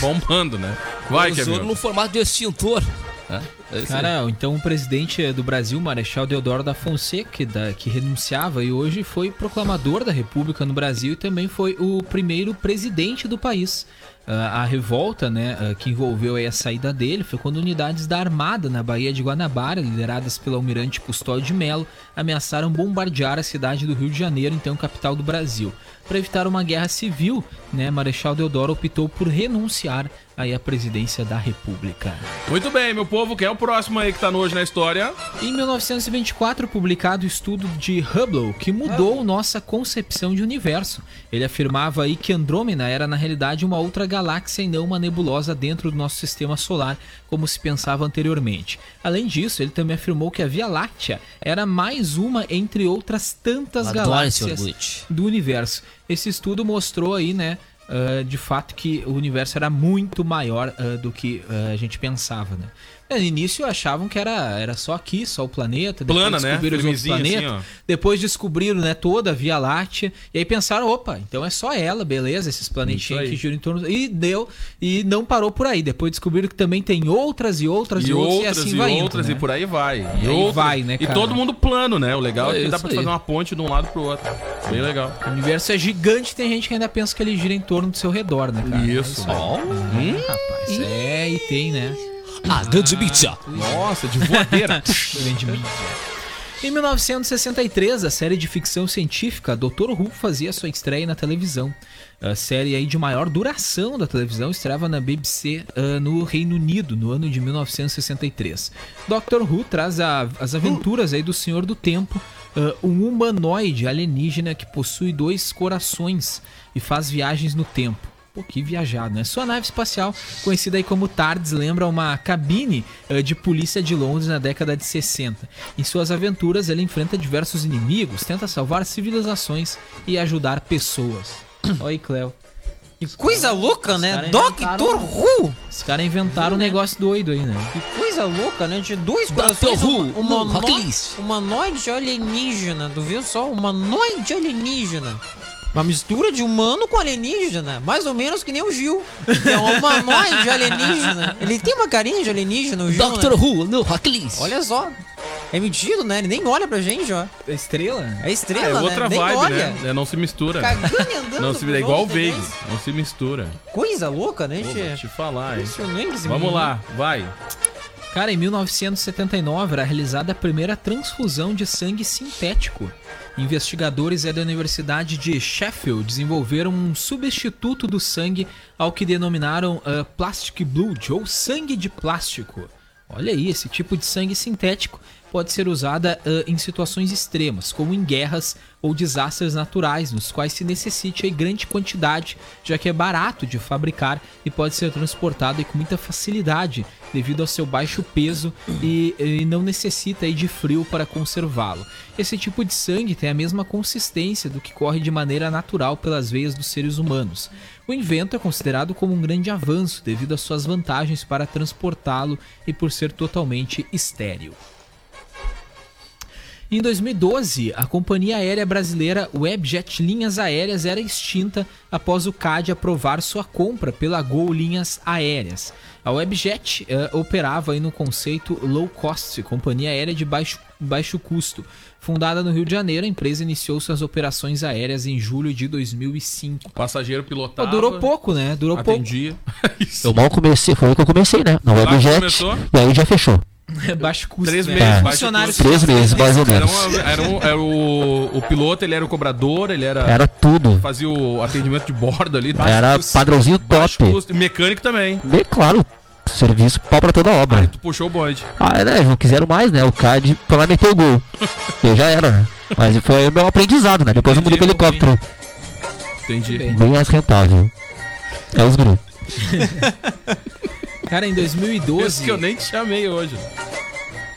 Speaker 6: bombando, né? Vai,
Speaker 2: ozônio
Speaker 6: Kevin.
Speaker 2: no formato de extintor. né? É isso aí.
Speaker 7: Cara, então o presidente do Brasil, Marechal Deodoro da Fonseca, que, da- que renunciava e hoje foi proclamador da República no Brasil e também foi o primeiro presidente do país. Ah, a revolta né, ah, que envolveu aí a saída dele foi quando unidades da Armada na Baía de Guanabara, lideradas pelo almirante Custódio de Melo, ameaçaram bombardear a cidade do Rio de Janeiro, então capital do Brasil. Para evitar uma guerra civil, né, Marechal Deodoro optou por renunciar aí à presidência da República.
Speaker 6: Muito bem, meu povo, quem é o próximo aí que tá no hoje na história?
Speaker 7: Em 1924, publicado o estudo de Hubble, que mudou nossa concepção de universo. Ele afirmava aí que Andrômeda era na realidade uma outra galáxia e não uma nebulosa dentro do nosso sistema solar, como se pensava anteriormente. Além disso, ele também afirmou que a Via Láctea era mais uma entre outras tantas
Speaker 2: Eu adoro esse
Speaker 7: galáxias
Speaker 2: orgulho.
Speaker 7: do universo. Esse estudo mostrou aí, né, ah, de fato que o universo era muito maior ah, do que ah, a gente pensava, né? No início achavam que era, era só aqui, só o planeta, depois
Speaker 6: Plana, né?
Speaker 7: descobriram os outros
Speaker 6: Firmezinha,
Speaker 7: planetas,
Speaker 6: assim, ó.
Speaker 7: depois descobriram, né, toda a Via Láctea, e aí pensaram, opa, então é só ela, beleza, esses planetinhos
Speaker 6: aí.
Speaker 7: que giram em torno, e deu, e não parou por aí, depois descobriram que também tem outras e outras e,
Speaker 6: E
Speaker 7: outras,
Speaker 6: outras
Speaker 7: e assim
Speaker 6: e
Speaker 7: vai indo,
Speaker 6: outras
Speaker 7: né?
Speaker 6: e por aí vai. E
Speaker 7: aí
Speaker 6: outras-
Speaker 7: vai, né,
Speaker 6: E
Speaker 7: cara?
Speaker 6: todo mundo plano, né? O legal é,
Speaker 2: É
Speaker 6: que dá
Speaker 2: isso
Speaker 6: pra
Speaker 2: aí.
Speaker 6: fazer uma ponte de um lado pro outro. Bem legal.
Speaker 7: O universo é gigante, tem gente que ainda pensa que ele gira em torno do seu redor, né, cara?
Speaker 6: Isso.
Speaker 2: Ó,
Speaker 7: Rapaz, é, e tem, né?
Speaker 2: a grande mídia.
Speaker 8: Ah,
Speaker 6: Nossa, de voadeira.
Speaker 7: Grande mídia. Em 1963, a série de ficção científica Dr. Who fazia sua estreia na televisão. A série aí de maior duração da televisão estreava na BBC ah, no Reino Unido, no ano de 1963. Dr. Who traz a- as aventuras aí do Senhor do Tempo, ah, um humanoide alienígena que possui dois corações e faz viagens no tempo. Pô, que viajado, né? Sua nave espacial, conhecida aí como TARDIS, lembra uma cabine eh, de polícia de Londres na década de 60. Em suas aventuras, ele enfrenta diversos inimigos, tenta salvar civilizações e ajudar pessoas. Oi, Cleo.
Speaker 8: Que coisa louca,
Speaker 7: caras
Speaker 8: né?
Speaker 7: inventaram-
Speaker 8: Doctor Who! Uhum.
Speaker 7: Os caras inventaram um negócio doido aí, né?
Speaker 8: Que coisa louca, né? De dois corações,
Speaker 2: Who,
Speaker 8: uma, uma,
Speaker 2: no Rock
Speaker 8: no-
Speaker 2: List.
Speaker 8: uma noite alienígena, tu viu só? Uma noite alienígena. Uma mistura de humano com alienígena, mais ou menos que nem o Gil. É uma noite alienígena. Ele tem uma carinha de alienígena, o Gil, né?
Speaker 2: Dr. Who no Rocklins.
Speaker 8: Olha só. É mentido, né? Ele nem olha pra gente, ó.
Speaker 7: Estrela?
Speaker 8: É
Speaker 6: É
Speaker 8: estrela,
Speaker 6: outra
Speaker 8: né? nem
Speaker 6: vibe,
Speaker 8: olha.
Speaker 6: né? É, Não se mistura.
Speaker 8: Cagando e andando.
Speaker 6: Não se
Speaker 8: pro
Speaker 6: mistura. É igual o
Speaker 8: outro, né?
Speaker 6: Veig. Não se mistura.
Speaker 8: Coisa louca, né,
Speaker 6: Pô, vou
Speaker 8: gente?
Speaker 6: te falar, hein?
Speaker 8: Impressionante esse
Speaker 6: Vamos
Speaker 8: menino.
Speaker 6: lá, vai.
Speaker 7: Cara, em 1979 era realizada a primeira transfusão de sangue sintético. Investigadores é da Universidade de Sheffield desenvolveram um substituto do sangue ao que denominaram ah, plastic blood ou sangue de plástico. Olha aí, esse tipo de sangue sintético pode ser usada ah, em situações extremas, como em guerras ou desastres naturais, nos quais se necessite aí grande quantidade, já que é barato de fabricar e pode ser transportado aí com muita facilidade, devido ao seu baixo peso e, e não necessita aí de frio para conservá-lo. Esse tipo de sangue tem a mesma consistência do que corre de maneira natural pelas veias dos seres humanos. O invento é considerado como um grande avanço devido às suas vantagens para transportá-lo e por ser totalmente estéril. Em 2012, a companhia aérea brasileira Webjet Linhas Aéreas era extinta após o CAD aprovar sua compra pela Gol Linhas Aéreas. A Webjet eh, operava aí no conceito low cost, companhia aérea de baixo, baixo custo. Fundada no Rio de Janeiro, a empresa iniciou suas operações aéreas em julho de 2005.
Speaker 6: Passageiro
Speaker 7: Pô,
Speaker 6: pilotado.
Speaker 7: durou pouco, né? Durou pouco.
Speaker 6: Atendia. Isso.
Speaker 9: Eu mal comecei, foi aí que eu comecei, né? Na
Speaker 6: que
Speaker 9: Webjet.
Speaker 6: começou?
Speaker 9: E aí já fechou.
Speaker 7: É baixo custo.
Speaker 6: Três
Speaker 7: né?
Speaker 6: meses, baixo
Speaker 7: Funcionários.
Speaker 9: É. Três meses, mais ou
Speaker 6: Era,
Speaker 9: menos.
Speaker 6: um, era, um- era o, o piloto, ele era o cobrador, ele era,
Speaker 9: Era tudo.
Speaker 6: fazia o atendimento de bordo ali.
Speaker 9: Era
Speaker 6: Baixo custo,
Speaker 9: padrãozinho
Speaker 6: baixo
Speaker 9: top.
Speaker 6: custo. Mecânico também.
Speaker 9: Bem claro, serviço pau pra toda
Speaker 6: Aí
Speaker 2: É.
Speaker 9: obra.
Speaker 6: tu puxou o bonde.
Speaker 9: Ah, né? Não quiseram mais, né? O CAD foi lá e meteu o gol. Eu já era, né? Mas foi o meu aprendizado, né? Depois eu mudei pro helicóptero.
Speaker 6: um Entendi.
Speaker 9: Bem mais rentável. É os grupos.
Speaker 7: Cara, em 2012.
Speaker 6: Isso que eu nem te chamei hoje.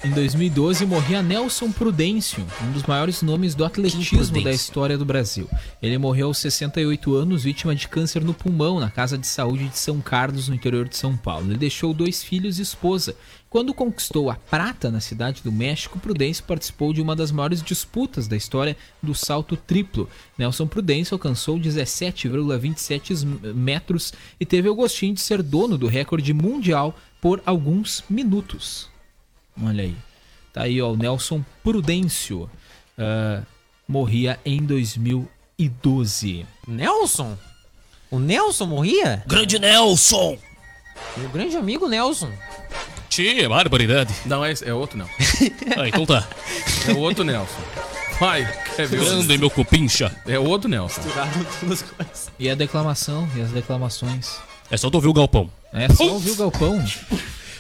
Speaker 7: Em 2012 morria Nelson Prudêncio, um dos maiores nomes do atletismo da história do Brasil. Ele morreu aos 68 anos, vítima de câncer no pulmão, na Casa de Saúde de São Carlos, no interior de São Paulo. Ele deixou dois filhos e esposa. Quando conquistou a prata na cidade do México, Prudêncio participou de uma das maiores disputas da história do salto triplo. Nelson Prudêncio alcançou 17,27 es- metros e teve o gostinho de ser dono do recorde mundial por alguns minutos. Olha aí. Tá aí, ó. O Nelson Prudêncio. ah, morria em 2012.
Speaker 8: Nelson? O Nelson morria?
Speaker 2: Grande Nelson!
Speaker 8: Meu grande amigo Nelson.
Speaker 2: Tchê, barbaridade.
Speaker 6: Não, é, esse- é outro, não.
Speaker 2: Ah, então tá.
Speaker 6: É outro Nelson. Vai, quer ver?
Speaker 2: Grande meu cupincha.
Speaker 6: É outro Nelson.
Speaker 7: E a declamação, e as declamações.
Speaker 2: É só tu ouvir o galpão.
Speaker 7: É só ouvir o Galpão.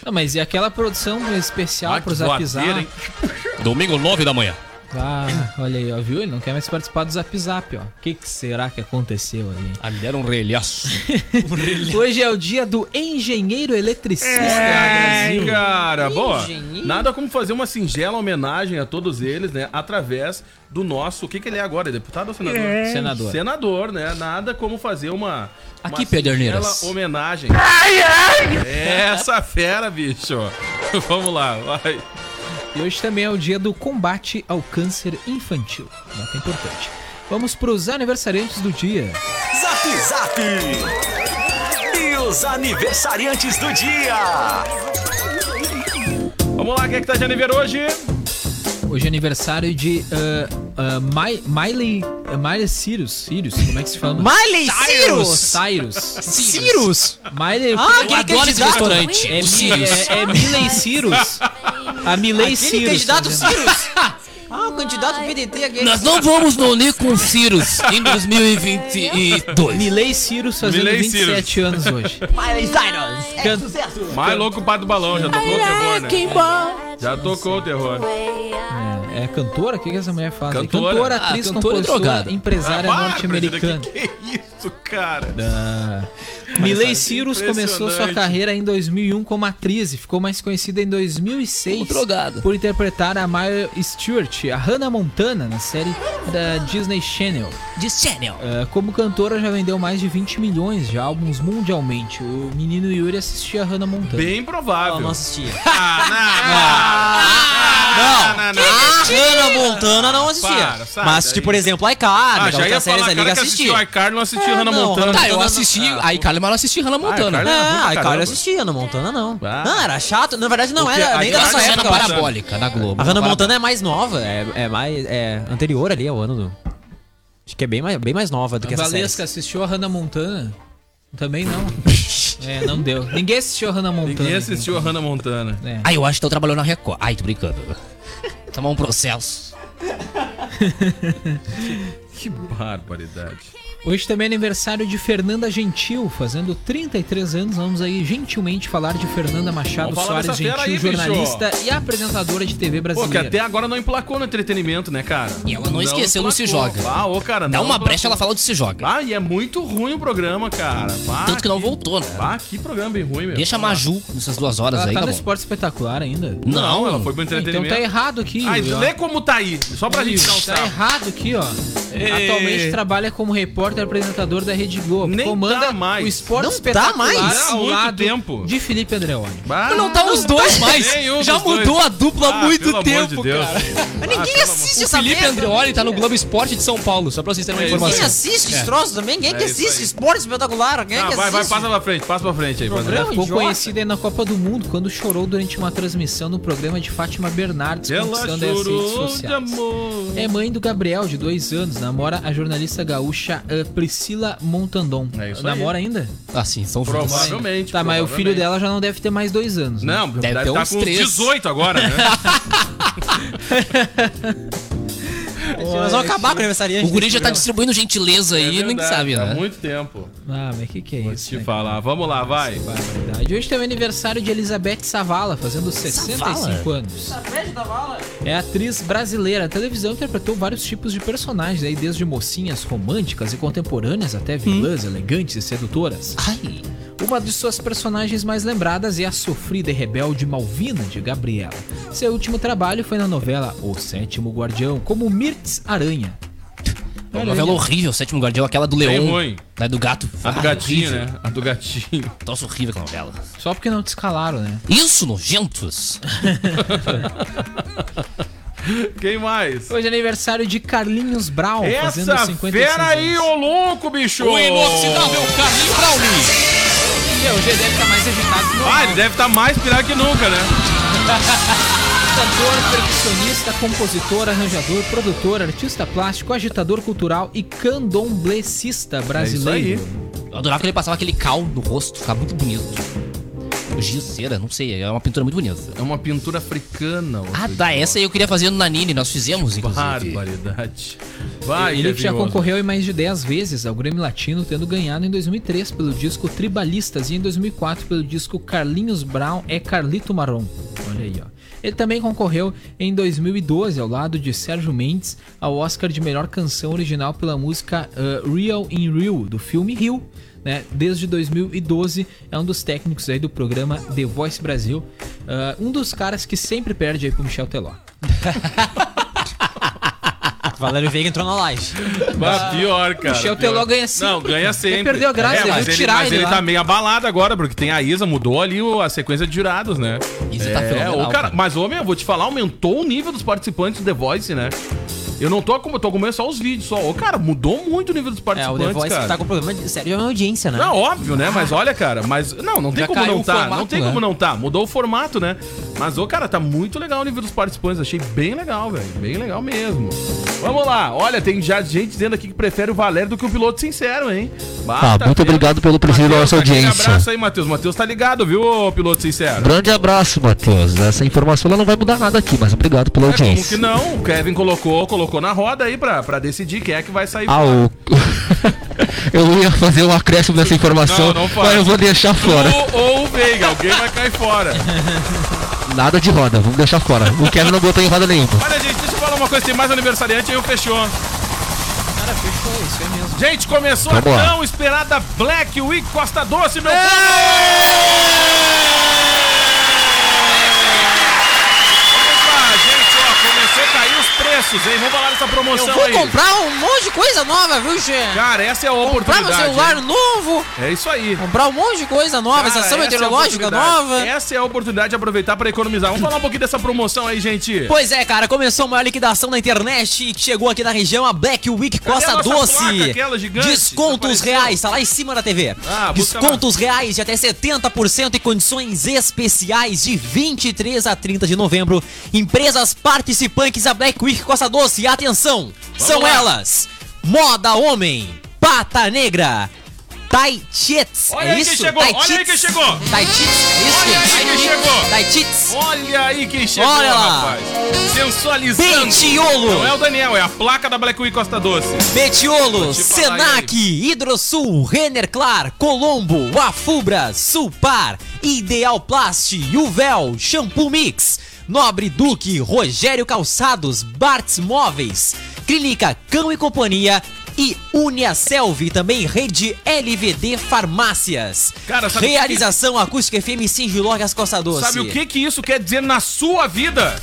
Speaker 7: Não, mas e aquela produção especial
Speaker 6: Ah,
Speaker 7: pro
Speaker 6: que
Speaker 7: Zap
Speaker 6: voadeira, hein?
Speaker 7: Zap?
Speaker 2: Domingo, 9 da manhã.
Speaker 7: Ah, olha aí, ó, viu? Ele não quer mais participar do Zap Zap, ó. O que, que será que aconteceu aí?
Speaker 2: Ah, me deram um relhaço.
Speaker 7: Hoje é o dia do engenheiro eletricista
Speaker 6: É,
Speaker 7: Brasil.
Speaker 6: cara, boa.
Speaker 8: Engenheiro.
Speaker 6: Nada como fazer uma singela homenagem a todos eles, né? Através do nosso. O que, que ele é agora? É deputado ou senador?
Speaker 7: Senador.
Speaker 6: Senador, né? Nada como fazer uma.
Speaker 2: Aqui,
Speaker 6: uma
Speaker 2: Pederneiras.
Speaker 6: singela homenagem. Essa fera, bicho. Vamos lá, vai.
Speaker 7: E hoje também é o dia do combate ao câncer infantil. Data importante. Vamos para os aniversariantes do dia.
Speaker 1: Zap Zap! E os aniversariantes do dia!
Speaker 6: Vamos lá, quem é que tá de aniversário hoje?
Speaker 7: Hoje é aniversário de ah, ah, Mi- Miley, ah, Miley Cyrus. Cyrus, como é que se fala?
Speaker 8: Miley Cyrus!
Speaker 7: Cyrus.
Speaker 8: Cyrus!
Speaker 7: Miley
Speaker 8: Ah,
Speaker 2: Eu adoro
Speaker 8: aquele
Speaker 2: é esse
Speaker 8: candidato.
Speaker 2: restaurante.
Speaker 7: é,
Speaker 2: o Sirius.
Speaker 7: é, é Miley Cyrus. A Miley
Speaker 8: Aquele
Speaker 7: Cyrus.
Speaker 8: candidato
Speaker 7: tá vendo?
Speaker 8: Cyrus! Ah, o candidato PDT aquele.
Speaker 2: Nós não vamos no Uni com o Sirius em 2022.
Speaker 7: Miley Cyrus fazendo
Speaker 6: Miley
Speaker 7: 27 anos hoje.
Speaker 8: Miley Cyrus! É sucesso!
Speaker 6: Mais louco o pai do balão, já tocou o terror, né? Já tocou o terror.
Speaker 7: É cantora? O que, que essa mulher faz? É
Speaker 6: Cantora.
Speaker 7: cantora atriz,
Speaker 2: Ah, cantora e
Speaker 7: compositora,
Speaker 2: drogada.
Speaker 7: empresária
Speaker 6: Ah,
Speaker 7: norte-americana.
Speaker 6: Que é isso, cara?
Speaker 7: Miley Cyrus começou sua
Speaker 6: Impressionante.
Speaker 7: carreira em 2001 como atriz e ficou mais conhecida em 2006
Speaker 2: Como drogada.
Speaker 7: por interpretar a Maya Stewart, a Hannah Montana, na série da Disney Channel.
Speaker 2: De Channel.
Speaker 7: Eh, como cantora, já vendeu mais de 20 milhões de álbuns mundialmente. O menino Yuri assistia a Hannah Montana.
Speaker 6: Bem provável.
Speaker 8: Não assistia.
Speaker 7: Ah,
Speaker 6: Ah, não, não, não.
Speaker 8: A Hannah
Speaker 2: Ah,
Speaker 8: Montana não assistia.
Speaker 6: Para, sai
Speaker 8: mas assisti,
Speaker 6: daí.
Speaker 8: por exemplo, a
Speaker 6: Ah,
Speaker 8: Icardi,
Speaker 6: já ia
Speaker 8: outras séries
Speaker 2: é
Speaker 6: falar,
Speaker 8: ali que
Speaker 6: cara que assistiu
Speaker 8: assistia.
Speaker 6: iCarly não assistiu Hannah
Speaker 8: não,
Speaker 6: Montana. então, né?
Speaker 2: Tá, eu assisti. né? Aí, Carla, mas eu assisti Hannah
Speaker 6: Ah,
Speaker 2: Montana.
Speaker 6: Carla-
Speaker 8: É, a
Speaker 6: pra
Speaker 8: Icardi
Speaker 6: caramba.
Speaker 8: eu assistia, Hannah Montana não.
Speaker 6: Ah.
Speaker 8: Não, era chato. Na verdade, não
Speaker 6: Porque é
Speaker 8: era
Speaker 6: a
Speaker 8: nem da
Speaker 2: Ela
Speaker 6: Icardi
Speaker 8: nossa
Speaker 2: só era
Speaker 8: época. eu acho.
Speaker 2: parabólica na Globo.
Speaker 8: A Hannah
Speaker 2: Para-
Speaker 8: Montana é mais nova, é, é mais é anterior ali ao ano do. Acho que é bem mais, bem mais nova do que
Speaker 7: A
Speaker 8: essa
Speaker 7: Valesca
Speaker 8: série.
Speaker 7: assistiu a Hannah Montana? Também não. É, não deu. Ninguém assistiu a Hannah Montana.
Speaker 6: Ninguém assistiu a Hannah Montana.
Speaker 7: É.
Speaker 2: Ai, eu acho que estão trabalhando na Record. Ai, tô brincando. Tomar um processo.
Speaker 6: Que barbaridade.
Speaker 7: Hoje também é aniversário de Fernanda Gentil, fazendo 33 anos. Vamos aí gentilmente falar de Fernanda Machado
Speaker 6: Vamos falar
Speaker 7: Soares
Speaker 6: dessa
Speaker 7: Gentil,
Speaker 6: fera aí, bicho.
Speaker 7: jornalista e apresentadora de TV
Speaker 6: Pô, que
Speaker 7: brasileira.
Speaker 6: até agora não emplacou no entretenimento, né, cara?
Speaker 2: E ela não esqueceu, não se
Speaker 6: emplacou.
Speaker 2: joga.
Speaker 6: Ah, ô, cara,
Speaker 2: Dá
Speaker 6: não
Speaker 2: uma
Speaker 6: emplacou.
Speaker 2: brecha, ela fala de se joga.
Speaker 6: Ah, e é muito ruim o programa, cara. Bah,
Speaker 2: Tanto que não voltou, né?
Speaker 6: Bah, que programa bem ruim, meu.
Speaker 2: Deixa a Maju nessas duas horas
Speaker 6: Ah,
Speaker 7: Ela
Speaker 2: aí,
Speaker 7: tá
Speaker 2: tá
Speaker 7: no
Speaker 2: bom?
Speaker 7: esporte espetacular ainda?
Speaker 6: Não, ela
Speaker 2: Ah,
Speaker 6: foi pro
Speaker 7: Então
Speaker 6: entretenimento.
Speaker 7: tá errado aqui.
Speaker 6: Ah,
Speaker 7: ó.
Speaker 6: lê como tá aí, só pra gente não
Speaker 7: Tá
Speaker 6: sabe.
Speaker 7: errado aqui, ó. Atualmente trabalha como repórter e apresentador da Rede Globo.
Speaker 6: Nem
Speaker 7: comanda
Speaker 6: tá mais.
Speaker 7: o esporte
Speaker 8: Não tá
Speaker 7: espetacular
Speaker 8: mais.
Speaker 6: Há
Speaker 7: ao
Speaker 6: muito
Speaker 7: lado
Speaker 6: tempo.
Speaker 7: de Felipe Andreoni.
Speaker 6: Bah,
Speaker 2: Não, não tá os dois mais.
Speaker 6: nenhum
Speaker 2: Já
Speaker 6: dos dois.
Speaker 2: mudou a dupla há
Speaker 6: Ah,
Speaker 2: muito
Speaker 6: pelo amor
Speaker 2: tempo,
Speaker 6: de Deus.
Speaker 2: cara.
Speaker 8: Mas
Speaker 6: Ah,
Speaker 8: ninguém assiste
Speaker 2: O
Speaker 8: essa
Speaker 2: Felipe
Speaker 8: merda,
Speaker 2: Andreoli
Speaker 8: né?
Speaker 2: tá no Globo Esporte de São Paulo, só pra vocês terem uma
Speaker 6: É isso aí.
Speaker 8: Quem
Speaker 2: informação.
Speaker 8: assiste esse troço também? Quem é que
Speaker 6: É isso
Speaker 8: assiste
Speaker 6: aí.
Speaker 8: esporte espetacular? Quem é
Speaker 6: Ah,
Speaker 8: que
Speaker 6: vai, vai,
Speaker 8: assiste?
Speaker 6: passa pra frente, passa pra frente aí.
Speaker 7: Ela
Speaker 6: Fazer.
Speaker 7: ficou
Speaker 8: idiota.
Speaker 7: conhecida aí na Copa do Mundo quando chorou durante uma transmissão no programa de Fátima Bernardes,
Speaker 6: Ela
Speaker 7: conquistando as redes
Speaker 6: chorou de
Speaker 7: sociais.
Speaker 6: amor.
Speaker 7: É mãe do Gabriel, de dois anos, namora a jornalista gaúcha eh, Priscila Montandon.
Speaker 6: É isso aí.
Speaker 7: namora ainda?
Speaker 2: Ah, sim, são filhos.
Speaker 6: Provavelmente.
Speaker 7: Tá, mas o filho
Speaker 6: provavelmente.
Speaker 7: dela já não deve ter mais dois anos. né?
Speaker 6: Não, deve,
Speaker 2: Deve ter
Speaker 6: tá
Speaker 2: uns
Speaker 6: com uns
Speaker 2: três.
Speaker 6: 18 agora, né?
Speaker 8: Nós vamos acabar com o aniversariante.
Speaker 2: O guri já tá distribuindo gentileza aí,
Speaker 6: É
Speaker 2: nem
Speaker 6: verdade,
Speaker 2: sabe,
Speaker 6: Há
Speaker 2: né?
Speaker 6: muito tempo.
Speaker 7: Ah, mas que que é
Speaker 6: Vou
Speaker 7: isso?
Speaker 6: te
Speaker 7: né?
Speaker 6: falar. Vamos lá, vai.
Speaker 7: Barbaridade. Hoje também é aniversário de Elizabeth Savala, fazendo 65 anos. É atriz brasileira. A televisão interpretou vários tipos de personagens, aí desde mocinhas românticas e contemporâneas até
Speaker 6: Hum.
Speaker 7: vilãs elegantes e sedutoras.
Speaker 2: Ai,
Speaker 7: Uma de suas personagens mais lembradas é a sofrida e rebelde Malvina de Gabriela. Seu último trabalho foi na novela O Sétimo Guardião, como Mirtz Aranha.
Speaker 2: é uma novela horrível, Sétimo Guardião, aquela do
Speaker 6: Bem
Speaker 2: Leão.
Speaker 6: ruim.
Speaker 2: Né, do gato.
Speaker 6: A do
Speaker 2: Ah,
Speaker 6: gatinho,
Speaker 2: horrível.
Speaker 6: né? A do gatinho.
Speaker 2: Troço horrível aquela novela.
Speaker 7: Só porque não te escalaram, né?
Speaker 2: Isso, nojentos.
Speaker 6: Quem mais?
Speaker 7: Hoje é aniversário de Carlinhos Brown, fazendo
Speaker 6: Essa
Speaker 7: 56
Speaker 6: fera aí,
Speaker 7: anos.
Speaker 6: ô louco, bicho!
Speaker 2: O inoxidável Carlinho Brownie.
Speaker 7: Meu, hoje deve estar mais agitado que
Speaker 6: Ah,
Speaker 7: normal.
Speaker 6: ele deve estar mais pirado que nunca, né?
Speaker 7: Cantor, percussionista, compositor, arranjador, produtor, artista plástico, agitador cultural e candomblessista brasileiro.
Speaker 2: Eu adorava que ele passava aquele cal no rosto, ficava muito bonito. O giz cera, não sei, é uma pintura muito bonita.
Speaker 6: É uma pintura africana. ô
Speaker 2: Ah, tá, essa aí eu queria fazer no Nanini, nós fizemos, inclusive.
Speaker 6: Barbaridade. Vai,
Speaker 7: Ele que já
Speaker 6: Gavinhoso.
Speaker 7: concorreu em mais de 10 vezes ao Grêmio Latino, tendo ganhado em 2003 pelo disco Tribalistas e em 2004 pelo disco Carlinhos Brown é Carlito Marrom. Olha aí, ó. Ele também concorreu em 2012 ao lado de Sérgio Mendes ao Oscar de melhor canção original pela música eh, Real in Real do filme Rio. Né? Desde 2012 é um dos técnicos aí do programa The Voice Brasil, Ah, um dos caras que sempre perde aí pro Michel Teló.
Speaker 8: Valério Veiga entrou na laje.
Speaker 6: Bah, pior, cara.
Speaker 7: Michel
Speaker 6: pior.
Speaker 7: Teló ganha sempre.
Speaker 6: Não, ganha sempre.
Speaker 7: Ele perdeu a graça,
Speaker 6: é,
Speaker 7: ele
Speaker 6: mas
Speaker 7: viu
Speaker 6: ele,
Speaker 7: tirar
Speaker 6: mas
Speaker 7: ele
Speaker 6: ele
Speaker 7: lá.
Speaker 6: tá meio abalado agora, porque tem a Isa, mudou ali o- a sequência de jurados, né?
Speaker 2: Isa tá fenomenal,
Speaker 6: ô, cara,
Speaker 2: cara.
Speaker 6: mas, ô, meu, eu vou te falar, aumentou o nível dos participantes do The Voice, né? Eu não tô acompanhando, tô acompanhando só os vídeos, só. Ô, cara, mudou muito o nível dos
Speaker 8: É, o
Speaker 6: participantes,
Speaker 8: The Voice
Speaker 6: cara.
Speaker 8: tá com problema de sério, é uma audiência, né?
Speaker 6: Não, óbvio, né? Mas olha, cara, mas. Não, não tem
Speaker 2: Já
Speaker 6: como
Speaker 2: caiu
Speaker 6: não
Speaker 2: o
Speaker 6: tá.
Speaker 2: formato,
Speaker 6: não tem
Speaker 2: né?
Speaker 6: como não tá. Mudou o formato, né? Mas, ô, cara, tá muito legal o nível dos participantes. Achei bem legal, velho. Bem legal mesmo. Vamos lá. Olha, tem já gente dizendo aqui que prefere o Valério do que o piloto sincero, hein?
Speaker 9: Ah,
Speaker 6: Bata
Speaker 9: muito
Speaker 6: pena.
Speaker 9: obrigado pelo prestígio da
Speaker 6: Matheus,
Speaker 9: nossa
Speaker 6: aquele
Speaker 9: audiência.
Speaker 6: abraço aí, Matheus. Matheus tá ligado, viu, ô, piloto sincero?
Speaker 9: Grande abraço, Matheus. Essa informação ela não vai mudar nada aqui, mas obrigado pela
Speaker 6: É como que
Speaker 9: audiência.
Speaker 6: não? O Kevin colocou, colocou na roda aí pra, pra decidir quem é que vai sair.
Speaker 9: Ah, o... eu ia fazer um acréscimo dessa informação,
Speaker 6: Não, não faz.
Speaker 9: mas eu vou deixar fora.
Speaker 6: Ou- Ou o Veiga, alguém vai cair fora.
Speaker 9: Nada de roda, vamos deixar fora. O Kevin não botou em roda nenhuma.
Speaker 6: Olha, gente, deixa eu falar uma coisa. Tem mais um aniversariante aí, eu fechou.
Speaker 7: Cara, fechou, isso é mesmo.
Speaker 6: Gente, começou a
Speaker 9: Vamos lá.
Speaker 6: tão esperada Black Week Costa Doce, meu povo! Opa, gente, ó, começou a cair os preços, hein? Vamos falar dessa
Speaker 8: Eu
Speaker 6: promoção
Speaker 8: vou
Speaker 6: aí.
Speaker 8: comprar um monte de coisa nova, viu, Che?
Speaker 6: Cara, essa é a
Speaker 8: Comprar meu
Speaker 6: oportunidade.
Speaker 8: celular
Speaker 6: hein?
Speaker 8: novo,
Speaker 6: É isso aí.
Speaker 8: comprar um monte de coisa nova,
Speaker 6: Cara,
Speaker 8: estação
Speaker 6: essa é a
Speaker 8: meteorológica
Speaker 6: oportunidade.
Speaker 8: nova.
Speaker 6: Essa é a oportunidade de aproveitar pra economizar. Vamos falar um pouquinho dessa promoção aí, gente.
Speaker 8: Pois é, cara, começou a maior liquidação na internet que chegou aqui na região, a Black Week
Speaker 6: a
Speaker 8: Costa
Speaker 6: nossa
Speaker 8: Doce.
Speaker 6: placa, aquela gigante?
Speaker 8: Descontos
Speaker 6: Desapareceu.
Speaker 8: reais, tá lá em cima da TV.
Speaker 6: Ah, busca
Speaker 8: Descontos reais de até 70% e condições especiais de 23 a 30 de novembro. Empresas participantes da Black Week Costa Doce, atenção, são
Speaker 6: lá.
Speaker 8: elas: Moda Homem, Pata Negra, Tai Chits.
Speaker 6: Olha
Speaker 8: é
Speaker 6: aí quem
Speaker 8: isso?
Speaker 6: chegou,
Speaker 8: Tai
Speaker 6: olha aí
Speaker 8: Chits.
Speaker 6: quem chegou.
Speaker 8: Tai Chits, é isso?
Speaker 6: Olha aí quem chegou.
Speaker 8: Tai Chits.
Speaker 6: Olha aí quem chegou,
Speaker 8: Olha lá.
Speaker 6: rapaz. Sensualizando. Não é
Speaker 8: Betiolo,
Speaker 6: o Daniel, é a placa da Black Week Costa Doce.
Speaker 8: Betiolo,
Speaker 6: te falar,
Speaker 8: Senac, Hidrosul, Rennerclar, Colombo, Afubra, Sulpar, Idealplast, Uvel, Shampoo Mix, Nobre Duque, Rogério Calçados, Bartz Móveis, Clínica Cão e Companhia e Unia Selvi, também rede LVD Farmácias.
Speaker 6: Cara, sabe o que que-
Speaker 8: Realização Acústica FM Singilorgas Costa Doce.
Speaker 6: Sabe o que que isso quer dizer na sua vida?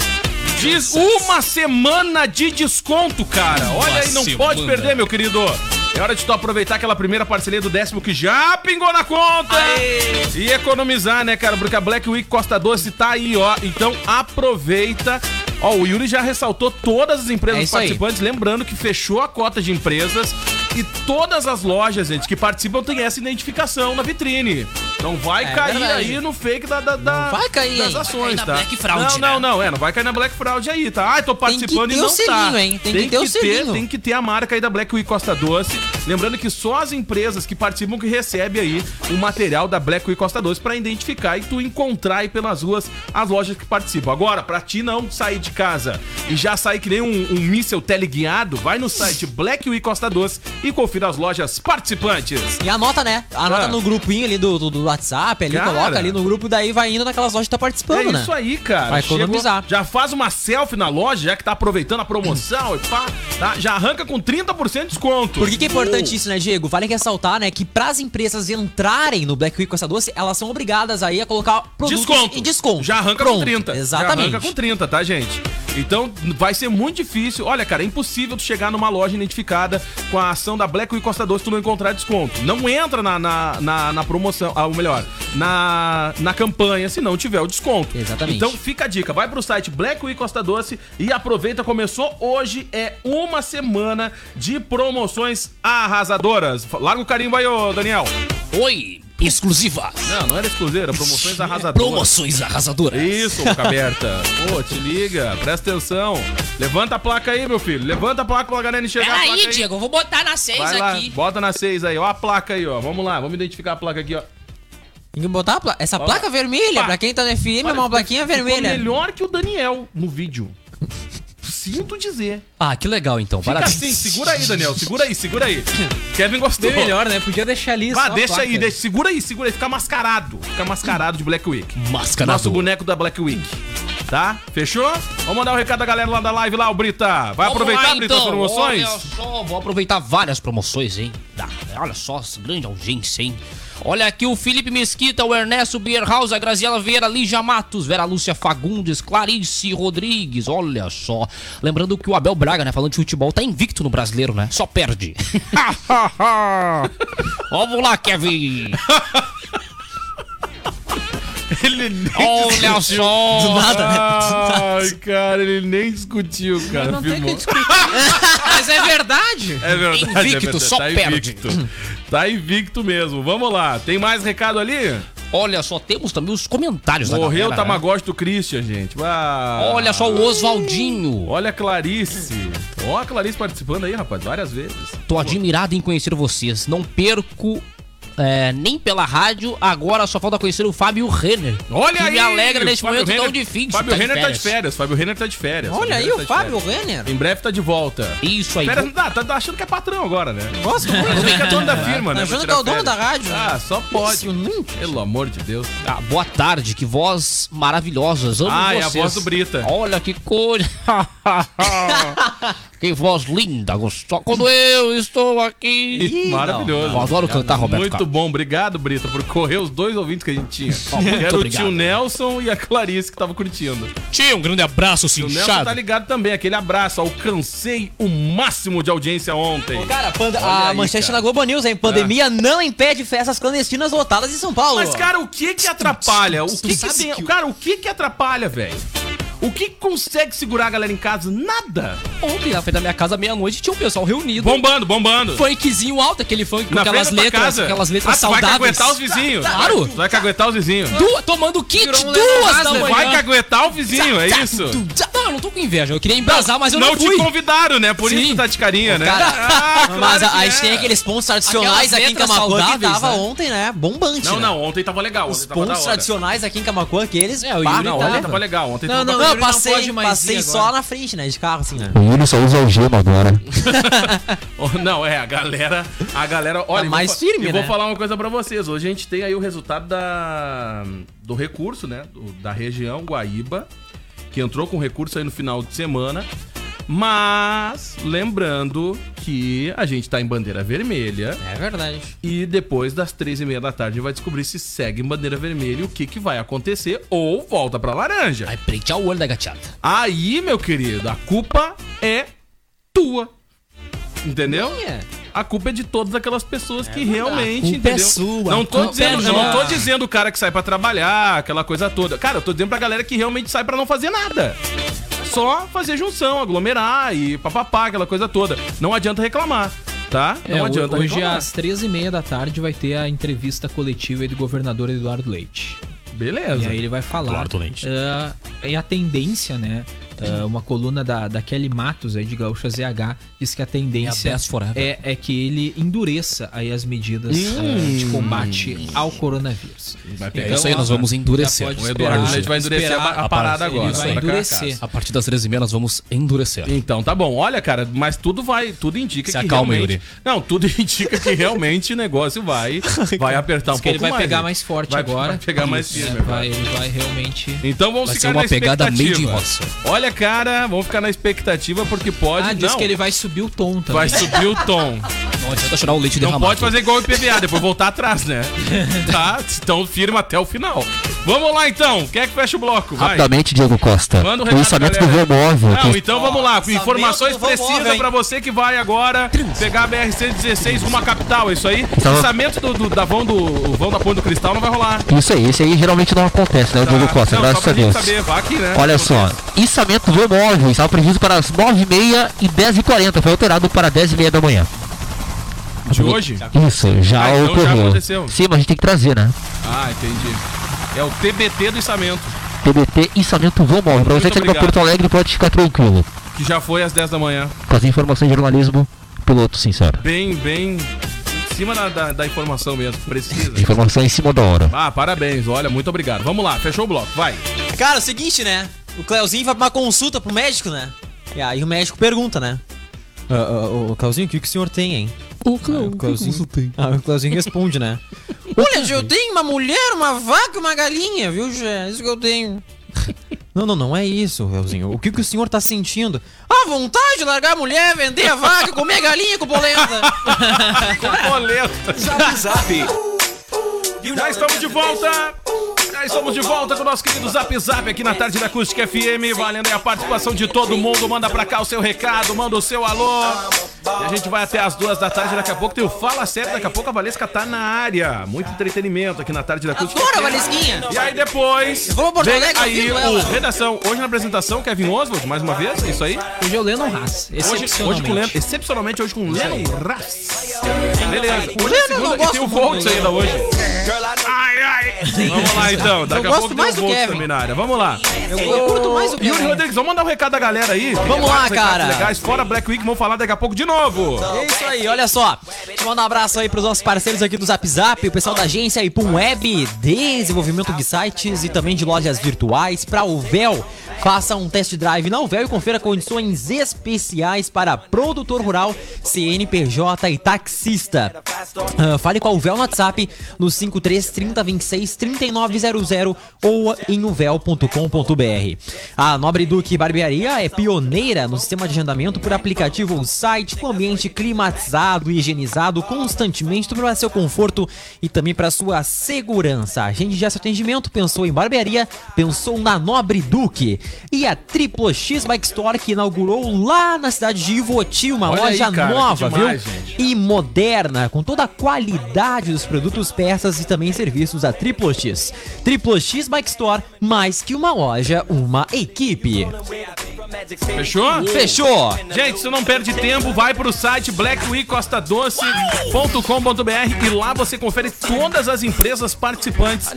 Speaker 6: Diz uma semana de desconto, cara. Olha aí, não
Speaker 2: semana.
Speaker 6: pode perder, meu querido. É hora de tu aproveitar aquela primeira parceria do décimo que já pingou na conta. E economizar, né, cara? Porque a Black Week Costa Doce tá aí, ó. Então aproveita. Ó, o Yuri já ressaltou todas as
Speaker 8: É
Speaker 6: empresas
Speaker 8: isso aí.
Speaker 6: participantes. Lembrando que fechou a cota de empresas. E todas as lojas, gente, que participam têm essa identificação na vitrine. Não vai
Speaker 8: É
Speaker 6: cair
Speaker 8: verdade.
Speaker 6: aí no fake da, da, da-
Speaker 8: Vai cair,
Speaker 6: das
Speaker 8: hein?
Speaker 6: ações,
Speaker 2: Vai cair na
Speaker 6: tá?
Speaker 2: Black Fraud,
Speaker 6: não,
Speaker 2: né?
Speaker 6: não, não, é, não vai cair na Black Fraud aí, tá? Ah, tô participando
Speaker 8: ter
Speaker 6: e
Speaker 8: o
Speaker 6: não
Speaker 8: selinho,
Speaker 6: tá.
Speaker 8: hein? Tem que ter o selinho.
Speaker 6: Tem que ter a marca aí da Black Week Costa Doce. Lembrando que só as empresas que participam que recebem aí o material da Black Week Costa Doce pra identificar e tu encontrar aí pelas ruas as lojas que participam. Agora, pra ti não sair de casa e já sair que nem um, um míssel teleguiado, vai no site Black Week Costa Doce e confira as lojas participantes.
Speaker 8: E anota, né? Anota
Speaker 6: Ah.
Speaker 8: no grupinho ali do, do, do WhatsApp, ali,
Speaker 6: Cara.
Speaker 8: coloca ali no grupo, daí vai indo naquelas lojas que tá participando,
Speaker 6: É
Speaker 8: né?
Speaker 6: isso aí, cara.
Speaker 8: Vai economizar.
Speaker 6: já faz uma selfie na loja, já que tá aproveitando a promoção e pá, tá? Já arranca com 30% de desconto.
Speaker 8: Por que, que é importante isso, né, Diego? Vale ressaltar, né, que para as empresas entrarem no Black Week Costa Doce, elas são obrigadas aí a colocar produtos
Speaker 6: Desconto.
Speaker 8: e desconto.
Speaker 6: Já arranca
Speaker 8: Pronto.
Speaker 6: com 30. Já
Speaker 8: Exatamente.
Speaker 6: arranca com 30, tá, gente? Então vai ser muito difícil. Olha, cara, é impossível tu chegar numa loja identificada com a ação da Black Week Costa Doce e tu não encontrar desconto. Não entra na, na, na, na promoção, ah, ou melhor, na, na campanha se não tiver o desconto.
Speaker 8: Exatamente.
Speaker 6: Então fica a dica, vai pro site Black Week Costa Doce e aproveita, começou hoje, é uma semana de promoções arrasadoras. Larga o carimbo aí, ô Daniel.
Speaker 2: Oi, exclusiva.
Speaker 6: Não, não era exclusiva, era promoções arrasadoras.
Speaker 2: Promoções arrasadoras.
Speaker 6: Isso, boca aberta. Pô, te liga, presta atenção. Levanta a placa aí, meu filho. Levanta a placa pra galera enxergar a
Speaker 2: Pera
Speaker 6: placa
Speaker 2: aí, Diego, eu vou botar na 6
Speaker 6: Vai lá,
Speaker 2: aqui.
Speaker 6: bota na 6 aí, ó a placa aí, ó. Vamos lá, vamos identificar a placa aqui, ó.
Speaker 8: Tem que botar a pla- essa
Speaker 6: Vamos lá.
Speaker 8: placa vermelha,
Speaker 6: Pá.
Speaker 8: pra quem tá no FM, é
Speaker 6: Olha,
Speaker 8: uma plaquinha
Speaker 6: ficou
Speaker 8: vermelha.
Speaker 6: melhor que o Daniel no vídeo. Sinto dizer.
Speaker 2: Ah, que legal então,
Speaker 6: Fica
Speaker 2: parabéns.
Speaker 6: assim, segura aí, Daniel. Segura aí, segura aí. Kevin gostou.
Speaker 7: Bem melhor, né? Podia deixar ali
Speaker 6: Vá,
Speaker 7: só a
Speaker 6: deixa aí,
Speaker 7: placa.
Speaker 6: deixa, segura aí, segura aí. Fica mascarado. Fica mascarado de Black Week.
Speaker 2: Máscara
Speaker 6: Nosso
Speaker 2: do-
Speaker 6: boneco da Black Week. Tá? Fechou? Vamos mandar o um recado da galera lá da live lá, o Brita. Vai
Speaker 2: Vamos
Speaker 6: aproveitar,
Speaker 2: lá, então.
Speaker 6: Brita, as promoções?
Speaker 2: Olha só, vou aproveitar várias promoções, hein? Dá, olha só, essa grande audiência, hein? Olha aqui o Felipe Mesquita, o Ernesto Bierhaus, a Graziela Vieira, Lígia Matos, Vera Lúcia Fagundes, Clarice Rodrigues, olha só. Lembrando que o Abel Braga, né, falando de futebol, tá invicto no brasileiro, né? Só perde.
Speaker 6: Ah,
Speaker 2: Vamos lá, Kevin!
Speaker 6: Ele nem...
Speaker 2: Olha só!
Speaker 8: Do nada, né?
Speaker 6: Ai, cara, ele nem discutiu, cara.
Speaker 7: Não tem
Speaker 6: filmou.
Speaker 7: que discutir. Mas é verdade.
Speaker 6: É verdade. é
Speaker 2: Invicto,
Speaker 6: verdade.
Speaker 2: só
Speaker 6: tá
Speaker 2: perde.
Speaker 6: invicto. Tá invicto mesmo. Vamos lá. Tem mais recado ali?
Speaker 2: Olha só, temos também os comentários da
Speaker 6: Morreu
Speaker 2: galera,
Speaker 6: o
Speaker 2: né?
Speaker 6: Tamagotchi do Christian, gente. Ah,
Speaker 2: Olha só o Oswaldinho.
Speaker 6: Olha a Clarice. Ó, a Clarice participando aí, rapaz, várias vezes.
Speaker 2: Tô admirado em conhecer vocês. Não perco é, nem pela rádio. Agora só falta conhecer o Fábio Renner.
Speaker 6: Olha
Speaker 2: que
Speaker 6: aí!
Speaker 2: me alegra neste
Speaker 6: Fábio
Speaker 8: então,
Speaker 2: momento tão
Speaker 6: Renner-
Speaker 2: difícil.
Speaker 6: Fábio
Speaker 2: Tá de
Speaker 6: Renner tá de
Speaker 2: férias.
Speaker 6: férias. Fábio Renner tá de férias.
Speaker 8: Olha aí,
Speaker 6: Renner tá
Speaker 8: o
Speaker 6: de
Speaker 8: Fábio
Speaker 6: férias.
Speaker 8: Renner.
Speaker 6: Em breve tá de volta.
Speaker 2: Isso aí.
Speaker 6: Férias não dá, tá, tá achando que é patrão agora, né?
Speaker 8: Nossa,
Speaker 6: Você que é dono da firma, né?
Speaker 8: Tá
Speaker 6: Vai
Speaker 8: achando que
Speaker 6: tirar
Speaker 8: é o dono
Speaker 6: férias.
Speaker 8: da rádio?
Speaker 6: Ah, só pode.
Speaker 8: Isso, nunca.
Speaker 6: Pelo amor de Deus.
Speaker 2: Ah, boa tarde, que voz maravilhosa. Amo
Speaker 6: Ah, é a
Speaker 2: vocês.
Speaker 6: voz do Brita.
Speaker 2: Olha que coisa. que voz linda, gostosa. Quando eu estou aqui.
Speaker 6: Maravilhoso.
Speaker 2: Eu adoro cantar, Roberto.
Speaker 6: Muito
Speaker 2: Carlos.
Speaker 6: bom, obrigado, Brita, por correr os dois ouvintes que a gente tinha. Que Era o
Speaker 2: obrigado.
Speaker 6: tio Nelson e a Clarice que tava curtindo.
Speaker 2: Tio, um grande abraço,
Speaker 6: O Nelson tá
Speaker 2: cinchado.
Speaker 6: ligado também, aquele abraço. Alcancei o máximo de audiência ontem.
Speaker 8: Cara, panda-
Speaker 6: Olha
Speaker 8: a
Speaker 6: aí,
Speaker 8: manchete
Speaker 6: cara. Ah.
Speaker 8: na Globo News, hein? Pandemia não impede festas clandestinas lotadas em São Paulo.
Speaker 6: Mas, cara, o que que atrapalha? O que que
Speaker 8: sabe
Speaker 6: tem...
Speaker 8: que o-
Speaker 6: Cara, o que que atrapalha, velho? O que que consegue segurar a galera em casa? Nada.
Speaker 2: Ontem, na frente da minha casa, meia-noite, tinha um pessoal reunido.
Speaker 6: Bombando, bombando.
Speaker 2: funkzinho alto, aquele funk com
Speaker 6: Na
Speaker 2: aquelas
Speaker 6: frente da tua
Speaker 2: letras,
Speaker 6: casa.
Speaker 2: aquelas letras
Speaker 6: ah, tu Vai
Speaker 2: saudáveis.
Speaker 6: caguetar os vizinhos.
Speaker 2: Claro. Tá,
Speaker 6: Tu Vai caguetar os vizinhos.
Speaker 2: Duas- tomando kit
Speaker 7: Virou um
Speaker 2: duas
Speaker 7: Leonardo,
Speaker 2: da
Speaker 7: né?
Speaker 2: manhã.
Speaker 6: Vai caguetar o vizinho, é isso.
Speaker 2: Tá, eu não tô com inveja. Eu queria embasar, mas eu não,
Speaker 6: não
Speaker 2: fui.
Speaker 6: te convidaram, né? Por
Speaker 2: Sim.
Speaker 6: isso tu tá de carinha, né?
Speaker 8: Cara,
Speaker 6: Ah, claro
Speaker 8: mas a-
Speaker 6: que
Speaker 8: aí
Speaker 6: é.
Speaker 8: tem aqueles pontos
Speaker 2: Aquelas
Speaker 8: tradicionais aqui em
Speaker 2: letras
Speaker 8: Camacuã que
Speaker 2: saudáveis,
Speaker 8: tava
Speaker 2: né?
Speaker 8: ontem, né? Bombante.
Speaker 6: Não,
Speaker 8: né?
Speaker 6: não, ontem tava legal.
Speaker 8: Os
Speaker 6: Ontem tava
Speaker 8: pontos
Speaker 6: da hora.
Speaker 8: tradicionais aqui em Camacuã, aqueles. É,
Speaker 2: o Yuri
Speaker 6: Não, ontem tava legal. Ontem
Speaker 7: Não,
Speaker 6: tava
Speaker 8: Não,
Speaker 7: o
Speaker 8: eu
Speaker 7: Yuri não
Speaker 8: passei,
Speaker 7: pode mais
Speaker 8: passei
Speaker 7: ir
Speaker 8: só
Speaker 7: agora.
Speaker 8: na frente, né? De carro, assim, né?
Speaker 9: O Yuri só usa algema agora.
Speaker 6: Oh, Não, é, a galera. A galera. Olha, eu
Speaker 8: mais
Speaker 6: vou, fa-
Speaker 8: firme,
Speaker 6: Eu vou
Speaker 8: né?
Speaker 6: falar uma coisa pra vocês. Hoje a gente tem aí o resultado da, do recurso, né? do- da região Guaíba, que entrou com recurso aí no final de semana. Mas, lembrando que a gente tá em bandeira vermelha.
Speaker 8: É verdade.
Speaker 6: E depois das três e meia da tarde vai descobrir se segue em bandeira vermelha e o que, que vai acontecer ou volta pra laranja.
Speaker 2: Vai pretear É o olho da gateada.
Speaker 6: Aí, meu querido, a culpa é tua. Entendeu?
Speaker 8: Minha.
Speaker 6: A culpa é de todas aquelas pessoas que realmente,
Speaker 8: A culpa é
Speaker 6: entendeu?
Speaker 8: sua,
Speaker 6: não
Speaker 8: a
Speaker 6: tô
Speaker 8: culpa
Speaker 6: dizendo,
Speaker 8: é
Speaker 6: eu não tô
Speaker 8: nossa.
Speaker 6: dizendo o cara que sai pra trabalhar, aquela coisa toda. Cara, eu tô dizendo pra galera que realmente sai pra não fazer nada. Só fazer junção, aglomerar e papapá, aquela coisa toda. Não adianta reclamar, tá? Não
Speaker 7: É,
Speaker 6: adianta
Speaker 7: hoje
Speaker 6: reclamar.
Speaker 7: às 13h30 da tarde vai ter a entrevista coletiva aí do governador Eduardo Leite.
Speaker 6: Beleza.
Speaker 7: E aí ele vai falar.
Speaker 2: Eduardo Leite.
Speaker 7: ah, e a tendência, né? ah, uma coluna da, da Kelly Matos aí de Gaúcha ZH diz que a
Speaker 2: É a
Speaker 7: tendência
Speaker 2: best forever.
Speaker 7: é, é que ele endureça aí as medidas ah, de combate ao coronavírus.
Speaker 6: Vai pegar
Speaker 2: É isso aí, nós
Speaker 7: ó,
Speaker 2: vamos endurecer.
Speaker 7: já pode
Speaker 2: O
Speaker 6: O Eduardo
Speaker 7: esperar-
Speaker 6: Leite vai endurecer a,
Speaker 7: esperar-
Speaker 6: a parada
Speaker 2: ele
Speaker 6: agora.
Speaker 7: Ele vai
Speaker 6: pra cá.
Speaker 7: endurecer.
Speaker 2: A partir das 13h30 nós vamos endurecer.
Speaker 6: Então tá bom. Olha, cara, mas tudo vai, tudo indica
Speaker 2: Se
Speaker 6: que
Speaker 2: acalma,
Speaker 6: realmente,
Speaker 2: Yuri.
Speaker 6: não, tudo indica que realmente o negócio vai, vai apertar um
Speaker 7: Diz que ele
Speaker 6: pouco
Speaker 7: vai pegar
Speaker 6: né?
Speaker 7: mais forte
Speaker 6: Vai-
Speaker 7: agora.
Speaker 6: vai pegar mais
Speaker 7: Isso,
Speaker 6: firme
Speaker 7: é,
Speaker 6: agora.
Speaker 7: vai, ele vai realmente.
Speaker 6: Então vamos
Speaker 2: Vai
Speaker 6: ficar
Speaker 2: ser uma
Speaker 6: na
Speaker 2: pegada
Speaker 6: expectativa.
Speaker 2: made in roça.
Speaker 6: Olha, cara, vamos ficar na expectativa porque pode
Speaker 7: Ah, diz
Speaker 6: não.
Speaker 7: que ele vai subir o tom também.
Speaker 6: Vai subir o tom.
Speaker 2: Não adianta chorar o leite
Speaker 6: Não
Speaker 2: derramado.
Speaker 6: pode fazer igual o IPVA, depois voltar atrás, né? Tá? Então firma até o final. Vamos lá então. Quem é que fecha o bloco? Vai.
Speaker 9: Rapidamente, Diego Costa.
Speaker 6: Manda um
Speaker 9: o
Speaker 6: recado,
Speaker 9: lançamento do
Speaker 6: galera.
Speaker 9: voo móvel.
Speaker 6: Não,
Speaker 9: que-
Speaker 6: então vamos lá, com
Speaker 8: Orçamento
Speaker 6: informações
Speaker 8: do Van Gogh,
Speaker 6: precisas
Speaker 8: hein?
Speaker 6: pra você que vai agora pegar a BR-116 rumo à capital, é isso aí?
Speaker 9: Tá bom.
Speaker 6: Lançamento do, do- da vão do o vão da Ponte do Cristal não vai rolar.
Speaker 9: Isso aí, isso aí geralmente não acontece, né? O Diego Costa,
Speaker 6: Tá, não, só
Speaker 9: graças
Speaker 6: pra
Speaker 9: a
Speaker 6: gente
Speaker 9: Deus.
Speaker 6: saber, vai aqui, né?
Speaker 9: Olha só, içamento do voo móvel estava previsto para as 9h30 e 10h40, foi alterado para 10h30 da manhã.
Speaker 6: De hoje?
Speaker 9: Isso, já
Speaker 6: Ah, então já
Speaker 9: ocorreu.
Speaker 6: aconteceu.
Speaker 9: Sim, mas a gente tem que trazer, né?
Speaker 6: Ah, entendi. É o TBT do içamento,
Speaker 9: TBT içamento voo móvel. Pra você
Speaker 6: Muito
Speaker 9: que está para
Speaker 6: obrigado.
Speaker 9: Porto Alegre, pode ficar tranquilo.
Speaker 6: que já foi às 10 da manhã.
Speaker 9: Com as informações de jornalismo, piloto sincero.
Speaker 6: Bem, bem em cima da, da, da informação mesmo, precisa.
Speaker 9: Informação em cima da hora.
Speaker 6: Ah, parabéns, olha, muito obrigado. Vamos lá, fechou o bloco, vai.
Speaker 8: Cara, é o seguinte, né? O Cleuzinho vai pra uma consulta pro médico, né? E aí o médico pergunta, né? "Ah, ah, Ô, Cleuzinho, o que, que o senhor tem, hein?
Speaker 9: O
Speaker 8: Aí o Cleuzinho, Ah, o Cleuzinho responde, né? Olha, eu tenho uma mulher, uma vaca e uma galinha, viu, Gé? Isso que eu tenho. Não, não, não é isso, Cleuzinho. O que, que o senhor tá sentindo? A vontade de largar a mulher, vender a vaca, comer galinha com polenta.
Speaker 1: Zap Zap.
Speaker 6: Já estamos de volta! Já estamos de volta com o nosso querido Zap Zap aqui na tarde da Acústica FM, valendo aí a participação de todo mundo. Manda pra cá o seu recado, manda o seu alô. E a gente vai até as duas da tarde, daqui a pouco tem o Fala Sério, daqui a pouco a Valesca tá na área. Muito entretenimento aqui na tarde da Acústica
Speaker 8: Agora,
Speaker 6: FM.
Speaker 8: Valesquinha!
Speaker 6: E aí depois,
Speaker 8: vou pra Porto
Speaker 6: vem
Speaker 8: Alegre,
Speaker 6: aí
Speaker 8: eu
Speaker 6: o
Speaker 8: vi ela.
Speaker 6: Redação. Hoje na apresentação, Kevin Oswald, mais uma vez, é isso aí.
Speaker 7: Hoje é o Lennon Haas.
Speaker 6: Hoje, hoje
Speaker 7: Excepcionalmente.
Speaker 6: com Leno, excepcionalmente hoje com Leno Ras. Beleza, hoje é
Speaker 8: Leno, eu
Speaker 6: segunda e
Speaker 8: não
Speaker 6: tem
Speaker 8: gosto
Speaker 6: o
Speaker 8: muito
Speaker 6: Volts
Speaker 8: do
Speaker 6: ainda hoje. Ai, ai. Vamos lá então, daqui a
Speaker 8: É, gosto
Speaker 6: pouco tem o
Speaker 8: mais do
Speaker 6: Volts
Speaker 8: Kevin.
Speaker 6: também na área. Vamos lá.
Speaker 8: Eu curto mais o
Speaker 6: Yuri
Speaker 8: Kevin.
Speaker 6: Rodrigues, vamos mandar um recado da galera aí.
Speaker 8: Vamos lá, cara.
Speaker 6: Legais, fora Black Week, vamos falar daqui a pouco de novo.
Speaker 8: É isso aí, olha só. Deixa eu mandar um abraço aí pros nossos parceiros aqui do Zap Zap, o pessoal da agência Ipum Web, desenvolvimento de sites e também de lojas virtuais. Para o Véu, faça um test drive na Véu e confira condições especiais para produtor rural, CNPJ e taxista. Ah, fale com a Uvel no WhatsApp no 5330 26 3900 ou em uvel.com.br. A Nobre Duque Barbearia é pioneira no sistema de agendamento por aplicativo ou site com ambiente climatizado e higienizado constantemente para seu conforto e também para sua segurança. Agende já seu atendimento, pensou em barbearia, pensou na Nobre Duque. E a Triplo X Bike Store que inaugurou lá na cidade de Ivoti uma
Speaker 6: Olha aí,
Speaker 8: loja
Speaker 6: cara, que
Speaker 8: nova,
Speaker 6: demais,
Speaker 8: viu?
Speaker 6: gente.
Speaker 8: e moderna, com toda a qualidade dos produtos peças e também serviços da Triplo X. Triplo X Bike Store, mais que uma loja, uma equipe.
Speaker 6: Fechou?
Speaker 8: Fechou.
Speaker 6: Gente, se não perde tempo, vai pro site blackweekcostadoce.com.br e lá você confere todas as empresas participantes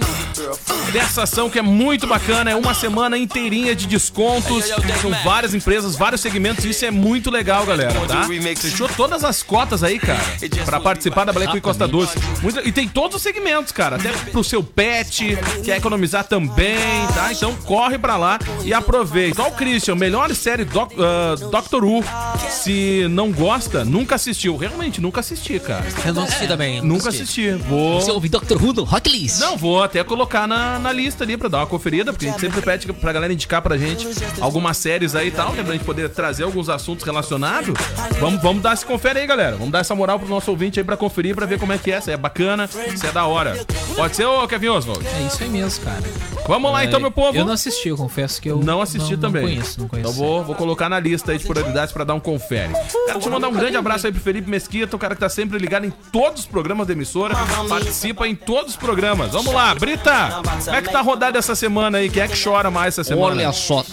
Speaker 6: dessa ação que é muito bacana. É uma semana inteirinha de descontos. São várias empresas, vários segmentos. Isso é muito legal, galera, tá? Fechou todas as cotas aí, cara, pra participar da Black Week Costa Doce. Muito- e tem todos os segmentos, cara. Até pro seu pet, quer economizar também, tá? Então corre pra lá e aproveita. Ó, o Christian, melhor série doc, ah, Doctor Who. Se não gosta, nunca assistiu. Realmente, nunca assisti, cara.
Speaker 8: Eu não assisti também.
Speaker 6: Nunca assisti. Vou.
Speaker 2: Você ouve Dr. Who no Hot List.
Speaker 6: Não, vou até colocar na, na lista ali pra dar uma conferida, porque a gente sempre pede pra galera indicar pra gente algumas séries aí e tal, né? Pra gente poder trazer alguns assuntos relacionados. Vamos, vamos dar esse confere aí, galera. Vamos dar essa moral pro nosso ouvinte aí pra conferir, pra ver como é que é. Se é bacana, se é da hora. Pode ser, ô Kevin Oswald?
Speaker 7: É isso aí mesmo, cara.
Speaker 6: Vamos lá então, meu povo.
Speaker 7: Eu não assisti, eu confesso que eu.
Speaker 6: Não assisti também.
Speaker 7: Não conheço, não conheço.
Speaker 6: Então vou, vou colocar na lista aí de prioridades pra dar um confere. Quero te mandar um grande abraço aí pro Felipe Mesquita, o cara que tá sempre ligado em todos os programas da emissora, participa em todos os programas. Vamos lá, Brita! Como é que tá a rodada essa semana aí? Quem é que chora mais essa semana?
Speaker 2: Olha só,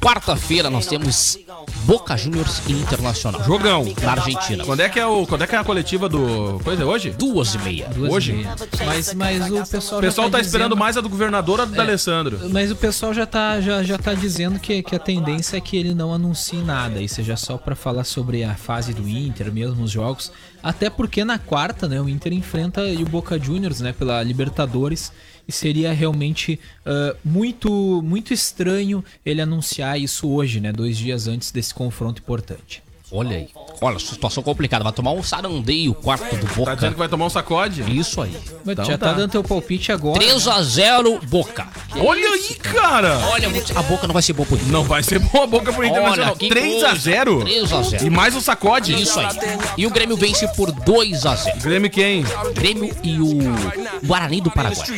Speaker 2: quarta-feira nós temos Boca Juniors e Internacional.
Speaker 6: Jogão.
Speaker 2: Na Argentina.
Speaker 6: Quando é que é o, quando é que é a coletiva do coisa é hoje?
Speaker 2: Duas e meia.
Speaker 7: Duas
Speaker 6: Hoje?
Speaker 7: e meia. Mas, mas o pessoal.
Speaker 6: O pessoal
Speaker 7: já
Speaker 6: tá
Speaker 7: dizendo-
Speaker 6: esperando mais a do governador
Speaker 2: É.
Speaker 6: ou a do Alessandro.
Speaker 7: Mas o pessoal já tá, já, já tá dizendo que, que a tendência é que ele não anuncie nada e seja só pra falar sobre a fase do Inter, mesmo os jogos. Até porque na quarta, né, o Inter enfrenta e o Boca Juniors, né, pela Libertadores. E seria realmente ah, muito, muito estranho ele anunciar isso hoje, né, dois dias antes desse confronto importante.
Speaker 2: Olha aí. Olha, situação complicada. Vai tomar um sarandeio quarto do
Speaker 6: Tá dizendo que
Speaker 2: Boca.
Speaker 6: vai tomar um sacode?
Speaker 2: Isso aí.
Speaker 7: Mas
Speaker 6: Então
Speaker 7: já tá.
Speaker 6: tá.
Speaker 7: dando teu palpite agora.
Speaker 2: 3 a 0 Boca.
Speaker 6: Olha aí, cara!
Speaker 2: Olha, a Boca não vai ser boa por
Speaker 6: Não vai ser boa a boca pro Internacional. 3x0?
Speaker 2: 3 a 0.
Speaker 6: E mais um sacode?
Speaker 2: Isso aí. E o Grêmio vence por 2 a 0.
Speaker 6: Grêmio quem?
Speaker 2: Grêmio e o Guarani do Paraguai.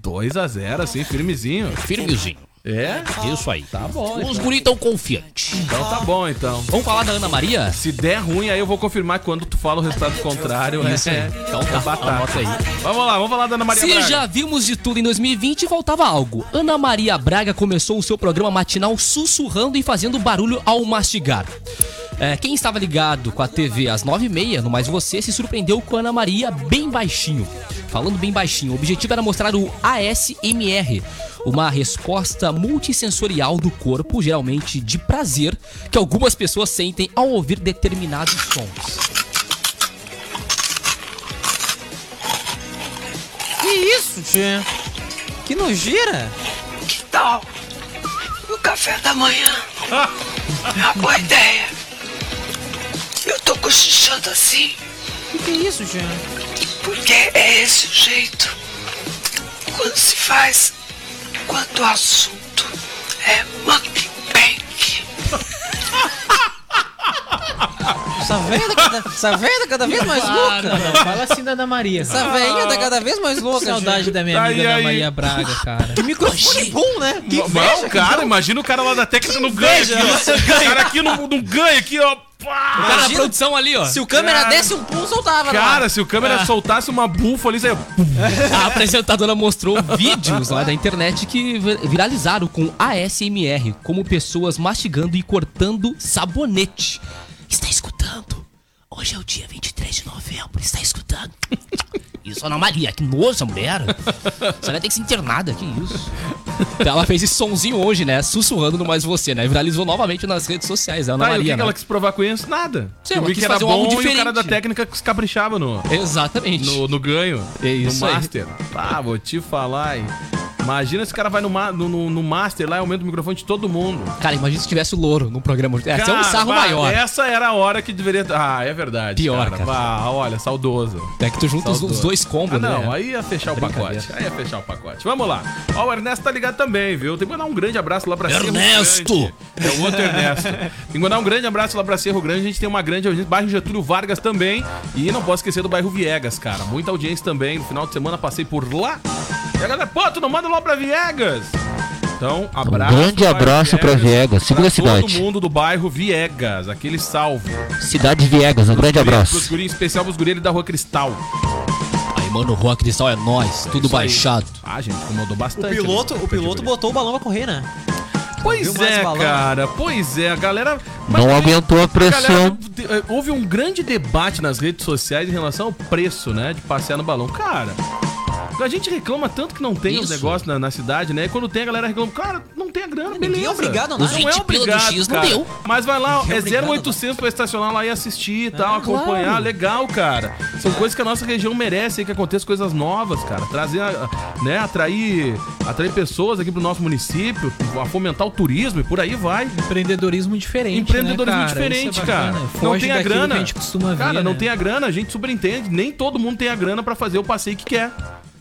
Speaker 6: 2x0, assim, firmezinho.
Speaker 2: Firmezinho.
Speaker 6: É?
Speaker 2: Isso aí. Tá bom. Os guris tão confiantes.
Speaker 6: Então tá bom, então.
Speaker 2: Vamos falar da Ana Maria?
Speaker 6: Se der ruim, aí eu vou confirmar quando tu fala o resultado contrário, né?
Speaker 2: Isso aí. Então
Speaker 6: É
Speaker 2: tá,
Speaker 6: batata.
Speaker 2: anota aí.
Speaker 6: Vamos lá, vamos falar da Ana Maria
Speaker 2: Se
Speaker 6: Braga.
Speaker 2: já vimos de tudo em 2020, faltava algo. Ana Maria Braga começou o seu programa matinal sussurrando e fazendo barulho ao mastigar. É, quem estava ligado com a TV às 9h30, no Mais Você, se surpreendeu com a Ana Maria bem baixinho. Falando bem baixinho, o objetivo era mostrar o ASMR, uma resposta multissensorial do corpo, geralmente de prazer, que algumas pessoas sentem ao ouvir determinados sons.
Speaker 8: Que isso, tia? Que nojeira.
Speaker 10: tal o café da manhã? Uma boa ideia. Eu tô cochichando assim
Speaker 8: Que que é isso, tia?
Speaker 10: porque é esse o jeito. Quando se faz, quando o assunto é mukbang.
Speaker 8: Essa velha tá cada, essa velha tá cada vez mais louca.
Speaker 7: Não, fala assim da Ana Maria.
Speaker 8: Essa velhinha tá cada vez mais louca,
Speaker 7: Saudade
Speaker 8: gente.
Speaker 7: da minha
Speaker 6: Tá
Speaker 7: amiga
Speaker 6: aí,
Speaker 7: Ana
Speaker 6: aí.
Speaker 7: Maria Braga, cara.
Speaker 8: Que microfone bom, né? Que
Speaker 6: Não, cara, imagina o cara lá da técnica não ganha aqui,
Speaker 8: inveja,
Speaker 6: ó. O cara aqui não, não ganha aqui, ó. Pá!
Speaker 2: Tá na
Speaker 8: Imagina-
Speaker 2: produção ali, ó.
Speaker 8: Se o câmera desse um pulo, soltava. na
Speaker 6: Cara, se o câmera soltasse uma bufa ali, você...
Speaker 2: A apresentadora mostrou vídeos lá da internet que vi- viralizaram com ASMR, como pessoas mastigando e cortando sabonete. Está escutando? Hoje é o dia 23 de novembro, está escutando? Isso, Ana Maria, que nojo, mulher. Você vai ter que ser internada, que isso. Ela fez esse sonzinho hoje, né? Sussurrando no Mais Você, né? Viralizou novamente nas redes sociais, né? Ana
Speaker 6: Tá, e o que
Speaker 2: Maria.
Speaker 6: que
Speaker 2: né?
Speaker 6: ela quis provar com isso? Nada.
Speaker 2: Sei,
Speaker 6: Que
Speaker 2: ela
Speaker 6: o Wiki
Speaker 2: quis
Speaker 6: era
Speaker 2: fazer um álbum
Speaker 6: bom e o cara
Speaker 2: diferente.
Speaker 6: da técnica que se caprichava no...
Speaker 2: Exatamente.
Speaker 6: no, no ganho.
Speaker 2: É isso
Speaker 6: No
Speaker 2: aí.
Speaker 6: Master. Ah, vou te falar, hein. Imagina se o cara vai no, ma- no, no, no Master lá e aumenta o microfone de todo mundo.
Speaker 2: Cara, imagina se tivesse o louro no programa. Ia ser um
Speaker 6: Cara,
Speaker 2: sarro
Speaker 6: bah,
Speaker 2: maior.
Speaker 7: é.
Speaker 6: Essa era a hora que deveria. Ah, é verdade.
Speaker 2: Pior, cara.
Speaker 6: Bah, olha, saudoso.
Speaker 2: É que tu junta os, os dois combos,
Speaker 6: Ah, não,
Speaker 2: né?
Speaker 6: aí ia fechar o
Speaker 2: Brincadeira.
Speaker 6: pacote. Aí ia fechar o pacote. Vamos lá. Ó, o Ernesto tá ligado também, viu? Tem que mandar um grande abraço lá pra
Speaker 2: Ernesto!
Speaker 6: Cerro Grande. É o outro Ernesto. Tem que mandar um grande abraço lá pra Cerro Grande. A gente tem uma grande audiência. Bairro Getúlio Vargas também. E não posso esquecer do bairro Viegas, cara. Muita audiência também. No final de semana passei por lá. E a galera, pô, tu não manda lá pra Viegas? Então, abraço.
Speaker 9: Um grande
Speaker 6: bairro
Speaker 9: abraço pra Viegas, segura
Speaker 6: pra
Speaker 9: a
Speaker 6: Todo
Speaker 9: cidade.
Speaker 6: mundo do bairro Viegas. Aquele salve.
Speaker 9: Cidade Viegas, um grande
Speaker 6: Pros
Speaker 9: abraço.
Speaker 6: guri, em especial pros guri ali da Rua Cristal.
Speaker 2: Aí, mano, o Rock Cristal é nós, tudo baixado.
Speaker 6: Ah, gente, incomodou bastante.
Speaker 8: O piloto,
Speaker 6: né?
Speaker 8: o piloto botou o balão pra correr, né?
Speaker 6: Pois
Speaker 8: viu mais
Speaker 6: é,
Speaker 8: balão.
Speaker 6: cara. Pois é, a galera. mas
Speaker 9: Não
Speaker 6: também-
Speaker 9: aguentou a
Speaker 6: a galera-
Speaker 9: pressão.
Speaker 6: de- eh, houve um grande debate nas redes sociais em relação ao preço, né? De passear no balão. Cara. A gente reclama tanto que não tem os
Speaker 2: Isso.
Speaker 6: negócios na, na cidade, né? E quando tem, a galera reclama. Cara, não tem a grana,
Speaker 8: Ninguém é
Speaker 6: beleza.
Speaker 8: obrigado a
Speaker 6: não
Speaker 8: nada.
Speaker 6: é
Speaker 2: 20 pila do
Speaker 6: obrigado,
Speaker 2: X não
Speaker 6: cara.
Speaker 2: deu.
Speaker 6: Mas vai lá,
Speaker 8: Ninguém é
Speaker 6: é
Speaker 8: obrigado,
Speaker 6: 0800 pra estacionar lá e assistir e tal, acompanhar. Legal, cara. São coisas que a nossa região merece, aí, que aconteça coisas novas, cara. Trazer, a- né, atrair, atrair pessoas aqui pro nosso município, a fomentar o turismo e por aí vai.
Speaker 7: Empreendedorismo diferente.
Speaker 6: Empreendedorismo
Speaker 7: né, cara?
Speaker 6: diferente,
Speaker 7: Isso é
Speaker 6: cara.
Speaker 7: bacana.
Speaker 6: Não
Speaker 7: Foge
Speaker 6: tem a
Speaker 7: daquilo
Speaker 6: grana.
Speaker 7: Que a gente costuma ver,
Speaker 6: cara, não
Speaker 7: né?
Speaker 6: tem a grana, a gente superentende. Nem todo mundo tem a grana pra fazer o passeio que quer.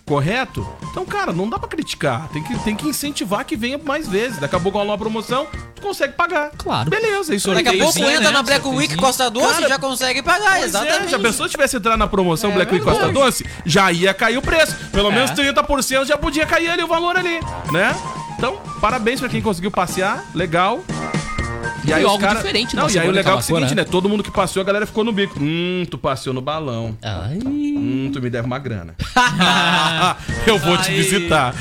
Speaker 6: Correto? Então, cara, não dá pra criticar. Tem que, tem que incentivar que venha mais vezes. Daqui a pouco rola uma promoção, tu consegue pagar.
Speaker 8: Claro.
Speaker 6: Beleza, isso é
Speaker 8: Daqui a
Speaker 6: aí.
Speaker 8: pouco
Speaker 7: né?
Speaker 8: entra na Black
Speaker 7: Sorteiozinho.
Speaker 8: Week Costa Doce
Speaker 6: Cara,
Speaker 8: e já consegue pagar,
Speaker 6: Pois É,
Speaker 8: exatamente.
Speaker 6: se a pessoa tivesse entrado na promoção Black Week Costa Doce, já ia cair o preço. Pelo menos 30% já podia cair ali o valor ali, né? Então, parabéns pra quem conseguiu passear, legal. E aí,
Speaker 2: E
Speaker 6: os
Speaker 2: algo
Speaker 6: cara...
Speaker 2: diferente
Speaker 6: Não,
Speaker 2: da
Speaker 6: e aí o
Speaker 2: Simone
Speaker 6: legal é o
Speaker 2: Cavacô,
Speaker 6: seguinte, né?
Speaker 2: né?
Speaker 6: Todo mundo que passeou, a galera ficou no bico. Hum, tu passeou no balão.
Speaker 2: Ai.
Speaker 6: Hum, tu me deve uma grana. Eu vou te visitar.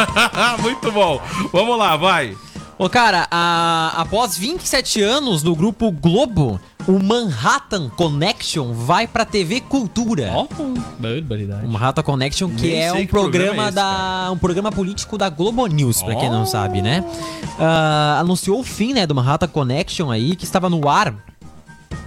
Speaker 6: Muito bom. Vamos lá, vai.
Speaker 8: Ô, cara, a- após 27 anos no grupo Globo, o Manhattan Connection vai pra TV Cultura.
Speaker 2: Ó, barbaridade.
Speaker 8: O Manhattan Connection, que
Speaker 6: Nem
Speaker 8: é
Speaker 6: sei
Speaker 8: um
Speaker 6: que programa é
Speaker 8: programa
Speaker 6: esse,
Speaker 8: da um programa político da Globo News, pra quem não sabe, né? Ah, anunciou o fim, né, do Manhattan Connection aí, que estava no ar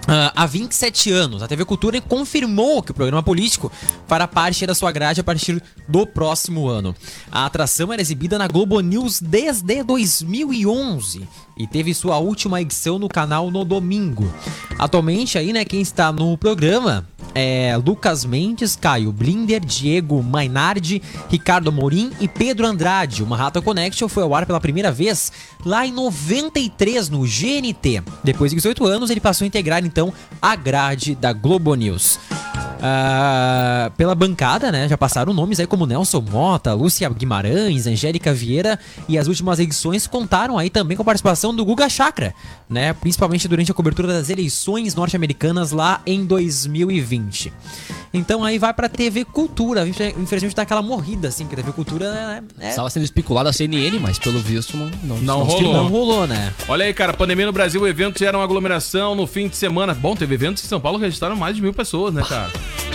Speaker 8: ah, há 27 anos. A TV Cultura confirmou que o programa político fará parte da sua grade a partir do próximo ano. A atração era exibida na Globo News desde 2011 e teve sua última edição no canal no domingo. Atualmente aí, né, quem está no programa é Lucas Mendes, Caio Blinder, Diego Mainardi, Ricardo Morim e Pedro Andrade. O Manhattan Connection foi ao ar pela primeira vez lá em 93 no GNT. Depois de 18 anos, ele passou a integrar então a grade da Globo News. Ah, pela bancada, né? Já passaram nomes aí como Nelson Mota, Lúcia Guimarães, Angélica Vieira e as últimas edições contaram aí também com a participação do Guga Chakra, né? Principalmente durante a cobertura das eleições norte-americanas lá em 2020. Então aí vai pra TV Cultura. Infelizmente tá aquela morrida, assim, que a TV Cultura né, é,
Speaker 2: Estava sendo especulado a CNN, mas pelo visto não, não,
Speaker 6: Não
Speaker 2: não-
Speaker 6: rolou.
Speaker 8: não rolou, né?
Speaker 6: Olha aí, cara, pandemia no Brasil, eventos geram aglomeração no fim de semana. Bom, teve eventos em São Paulo que registraram mais de mil pessoas, né, cara?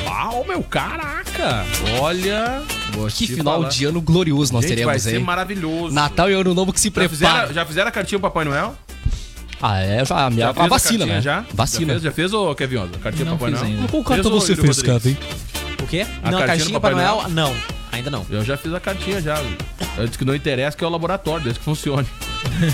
Speaker 6: Uau, meu, caraca! Olha... vou
Speaker 2: Que
Speaker 6: te
Speaker 2: final
Speaker 6: falar.
Speaker 2: de ano glorioso nós
Speaker 6: Gente, vai
Speaker 2: teremos
Speaker 6: ser
Speaker 2: aí.
Speaker 6: maravilhoso.
Speaker 2: Natal e Ano Novo que se
Speaker 6: Já
Speaker 2: prepara.
Speaker 6: fizeram, já fizeram a cartinha pro Papai Noel?
Speaker 2: Ah, é, já, a, minha-
Speaker 6: Já
Speaker 2: a
Speaker 6: fez
Speaker 2: vacina,
Speaker 6: cartinha,
Speaker 2: né?
Speaker 6: Já?
Speaker 2: Vacina.
Speaker 6: Já fez, já fez ô Kevin Osa? Cartinha pro
Speaker 7: Não
Speaker 6: Papai
Speaker 7: fiz
Speaker 6: Noel?
Speaker 7: ainda.
Speaker 2: Qual
Speaker 6: Fez ou Yuri Rodrigues?
Speaker 2: hein?
Speaker 8: O quê?
Speaker 6: A cartinha
Speaker 8: não, a
Speaker 6: do
Speaker 8: caixinha para
Speaker 6: Papai
Speaker 8: Noel? Não, ainda não.
Speaker 6: Eu já fiz a cartinha já. Eu disse que não interessa que é o laboratório, desde que funcione.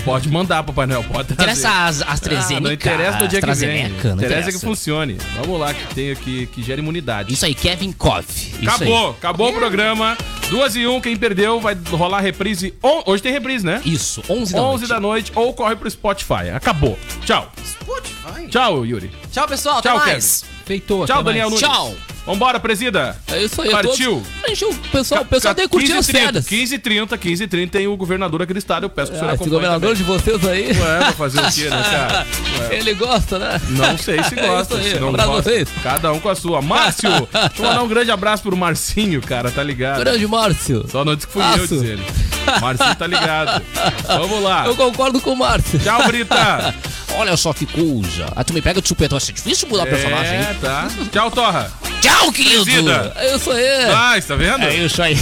Speaker 6: Pode mandar, Papai Noel, pode trazer.
Speaker 2: Interessa as, as
Speaker 6: Ah, não interessa no dia que vem.
Speaker 2: AstraZeneca, não
Speaker 6: interessa que
Speaker 2: interessa.
Speaker 6: funcione. Vamos lá, que tem aqui, que gera imunidade.
Speaker 2: Isso aí, Kevin Kov. Isso
Speaker 6: acabou, acabou o programa. Duas e um, quem perdeu vai rolar reprise. on- Hoje tem reprise, né?
Speaker 2: Aí. Isso, 11 da
Speaker 6: 11
Speaker 2: noite.
Speaker 6: da noite ou corre pro Spotify. Acabou. Tchau. Spotify? Tchau, Yuri.
Speaker 8: Tchau, pessoal.
Speaker 6: Tchau,
Speaker 8: até
Speaker 6: Kevin.
Speaker 8: mais.
Speaker 7: Feitou.
Speaker 6: Tchau,
Speaker 7: até mais.
Speaker 6: Daniel Nunes.
Speaker 2: Tchau.
Speaker 6: Vambora, presida.
Speaker 2: É isso aí,
Speaker 6: Partiu.
Speaker 2: todos- Deixa o pessoal, o pessoal tem que curtir as
Speaker 6: 15h30,
Speaker 2: pedras.
Speaker 6: 15h30, 15h30 tem o governador aqui do estado. Eu peço que o senhor
Speaker 2: Ah, esse
Speaker 6: acompanhe.
Speaker 2: governador
Speaker 6: também.
Speaker 2: de vocês aí,
Speaker 6: Ué, pra fazer o quê, né, cara? Ué,
Speaker 2: ele gosta, né?
Speaker 6: Não sei se gosta,
Speaker 2: É isso aí,
Speaker 6: se
Speaker 2: um
Speaker 6: não
Speaker 2: abraço a
Speaker 6: gosta.
Speaker 2: vocês.
Speaker 6: Cada um com a sua. Márcio, deixa eu mandar um grande abraço pro Marcinho, cara, tá ligado?
Speaker 2: Grande Márcio.
Speaker 6: Só não disse que fui eu,
Speaker 2: Abraço.
Speaker 6: diz ele. Marcinho tá ligado. Vamos lá.
Speaker 2: Eu concordo com o Márcio.
Speaker 6: Tchau, Brita.
Speaker 2: Olha só que coisa. Ah, tu me pega de supetão. Isso é difícil mudar o personagem,
Speaker 6: É,
Speaker 2: hein?
Speaker 6: tá. Tchau, Torra.
Speaker 2: Tchau, querido.
Speaker 6: Presida.
Speaker 2: É isso aí.
Speaker 6: Ai, tá vendo?
Speaker 2: É isso aí.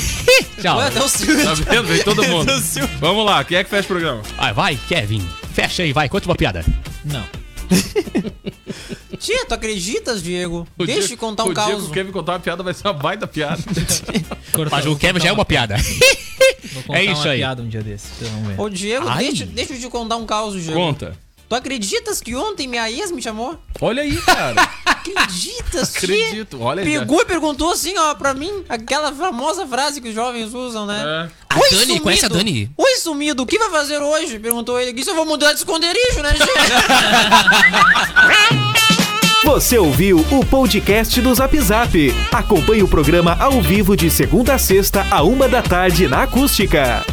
Speaker 2: Tchau.
Speaker 8: Ué, até o Silvio.
Speaker 6: Tá vendo? Vem todo mundo.
Speaker 8: Meu Deus do céu.
Speaker 6: Vamos lá, quem é que fecha o programa?
Speaker 2: Vai, vai, Kevin. Fecha aí, vai. Conta uma piada.
Speaker 8: Não. Tia, tu acreditas, Diego?
Speaker 6: O
Speaker 8: Deixa
Speaker 6: dia-
Speaker 8: eu contar
Speaker 6: o
Speaker 8: um
Speaker 6: dia que
Speaker 8: caos.
Speaker 6: O Kevin contar uma piada vai ser uma baita piada.
Speaker 7: Cortar-
Speaker 2: Mas o Kevin já é uma piada.
Speaker 7: Vou contar
Speaker 2: É isso
Speaker 7: uma
Speaker 2: aí.
Speaker 7: piada um dia desse. Então, vamos ver.
Speaker 8: Ô, Diego,
Speaker 2: Ai.
Speaker 8: deixa, deixa eu te contar um caos, Diego.
Speaker 6: Conta.
Speaker 8: Tu acreditas que ontem minha ex me chamou?
Speaker 6: Olha aí, cara.
Speaker 8: Acreditas, tia?
Speaker 6: Acredito. Olha aí.
Speaker 8: Pegou e perguntou assim, ó, pra mim, aquela famosa frase que os jovens usam,
Speaker 6: É.
Speaker 8: né?
Speaker 2: A Dani, conhece a Dani?
Speaker 8: Oi, sumido, o que vai fazer hoje? Perguntou ele. Isso eu vou mudar de esconderijo, né, gente?
Speaker 1: Você ouviu o podcast do Zap Zap. Acompanhe o programa ao vivo de segunda a sexta, a uma da tarde na Acústica.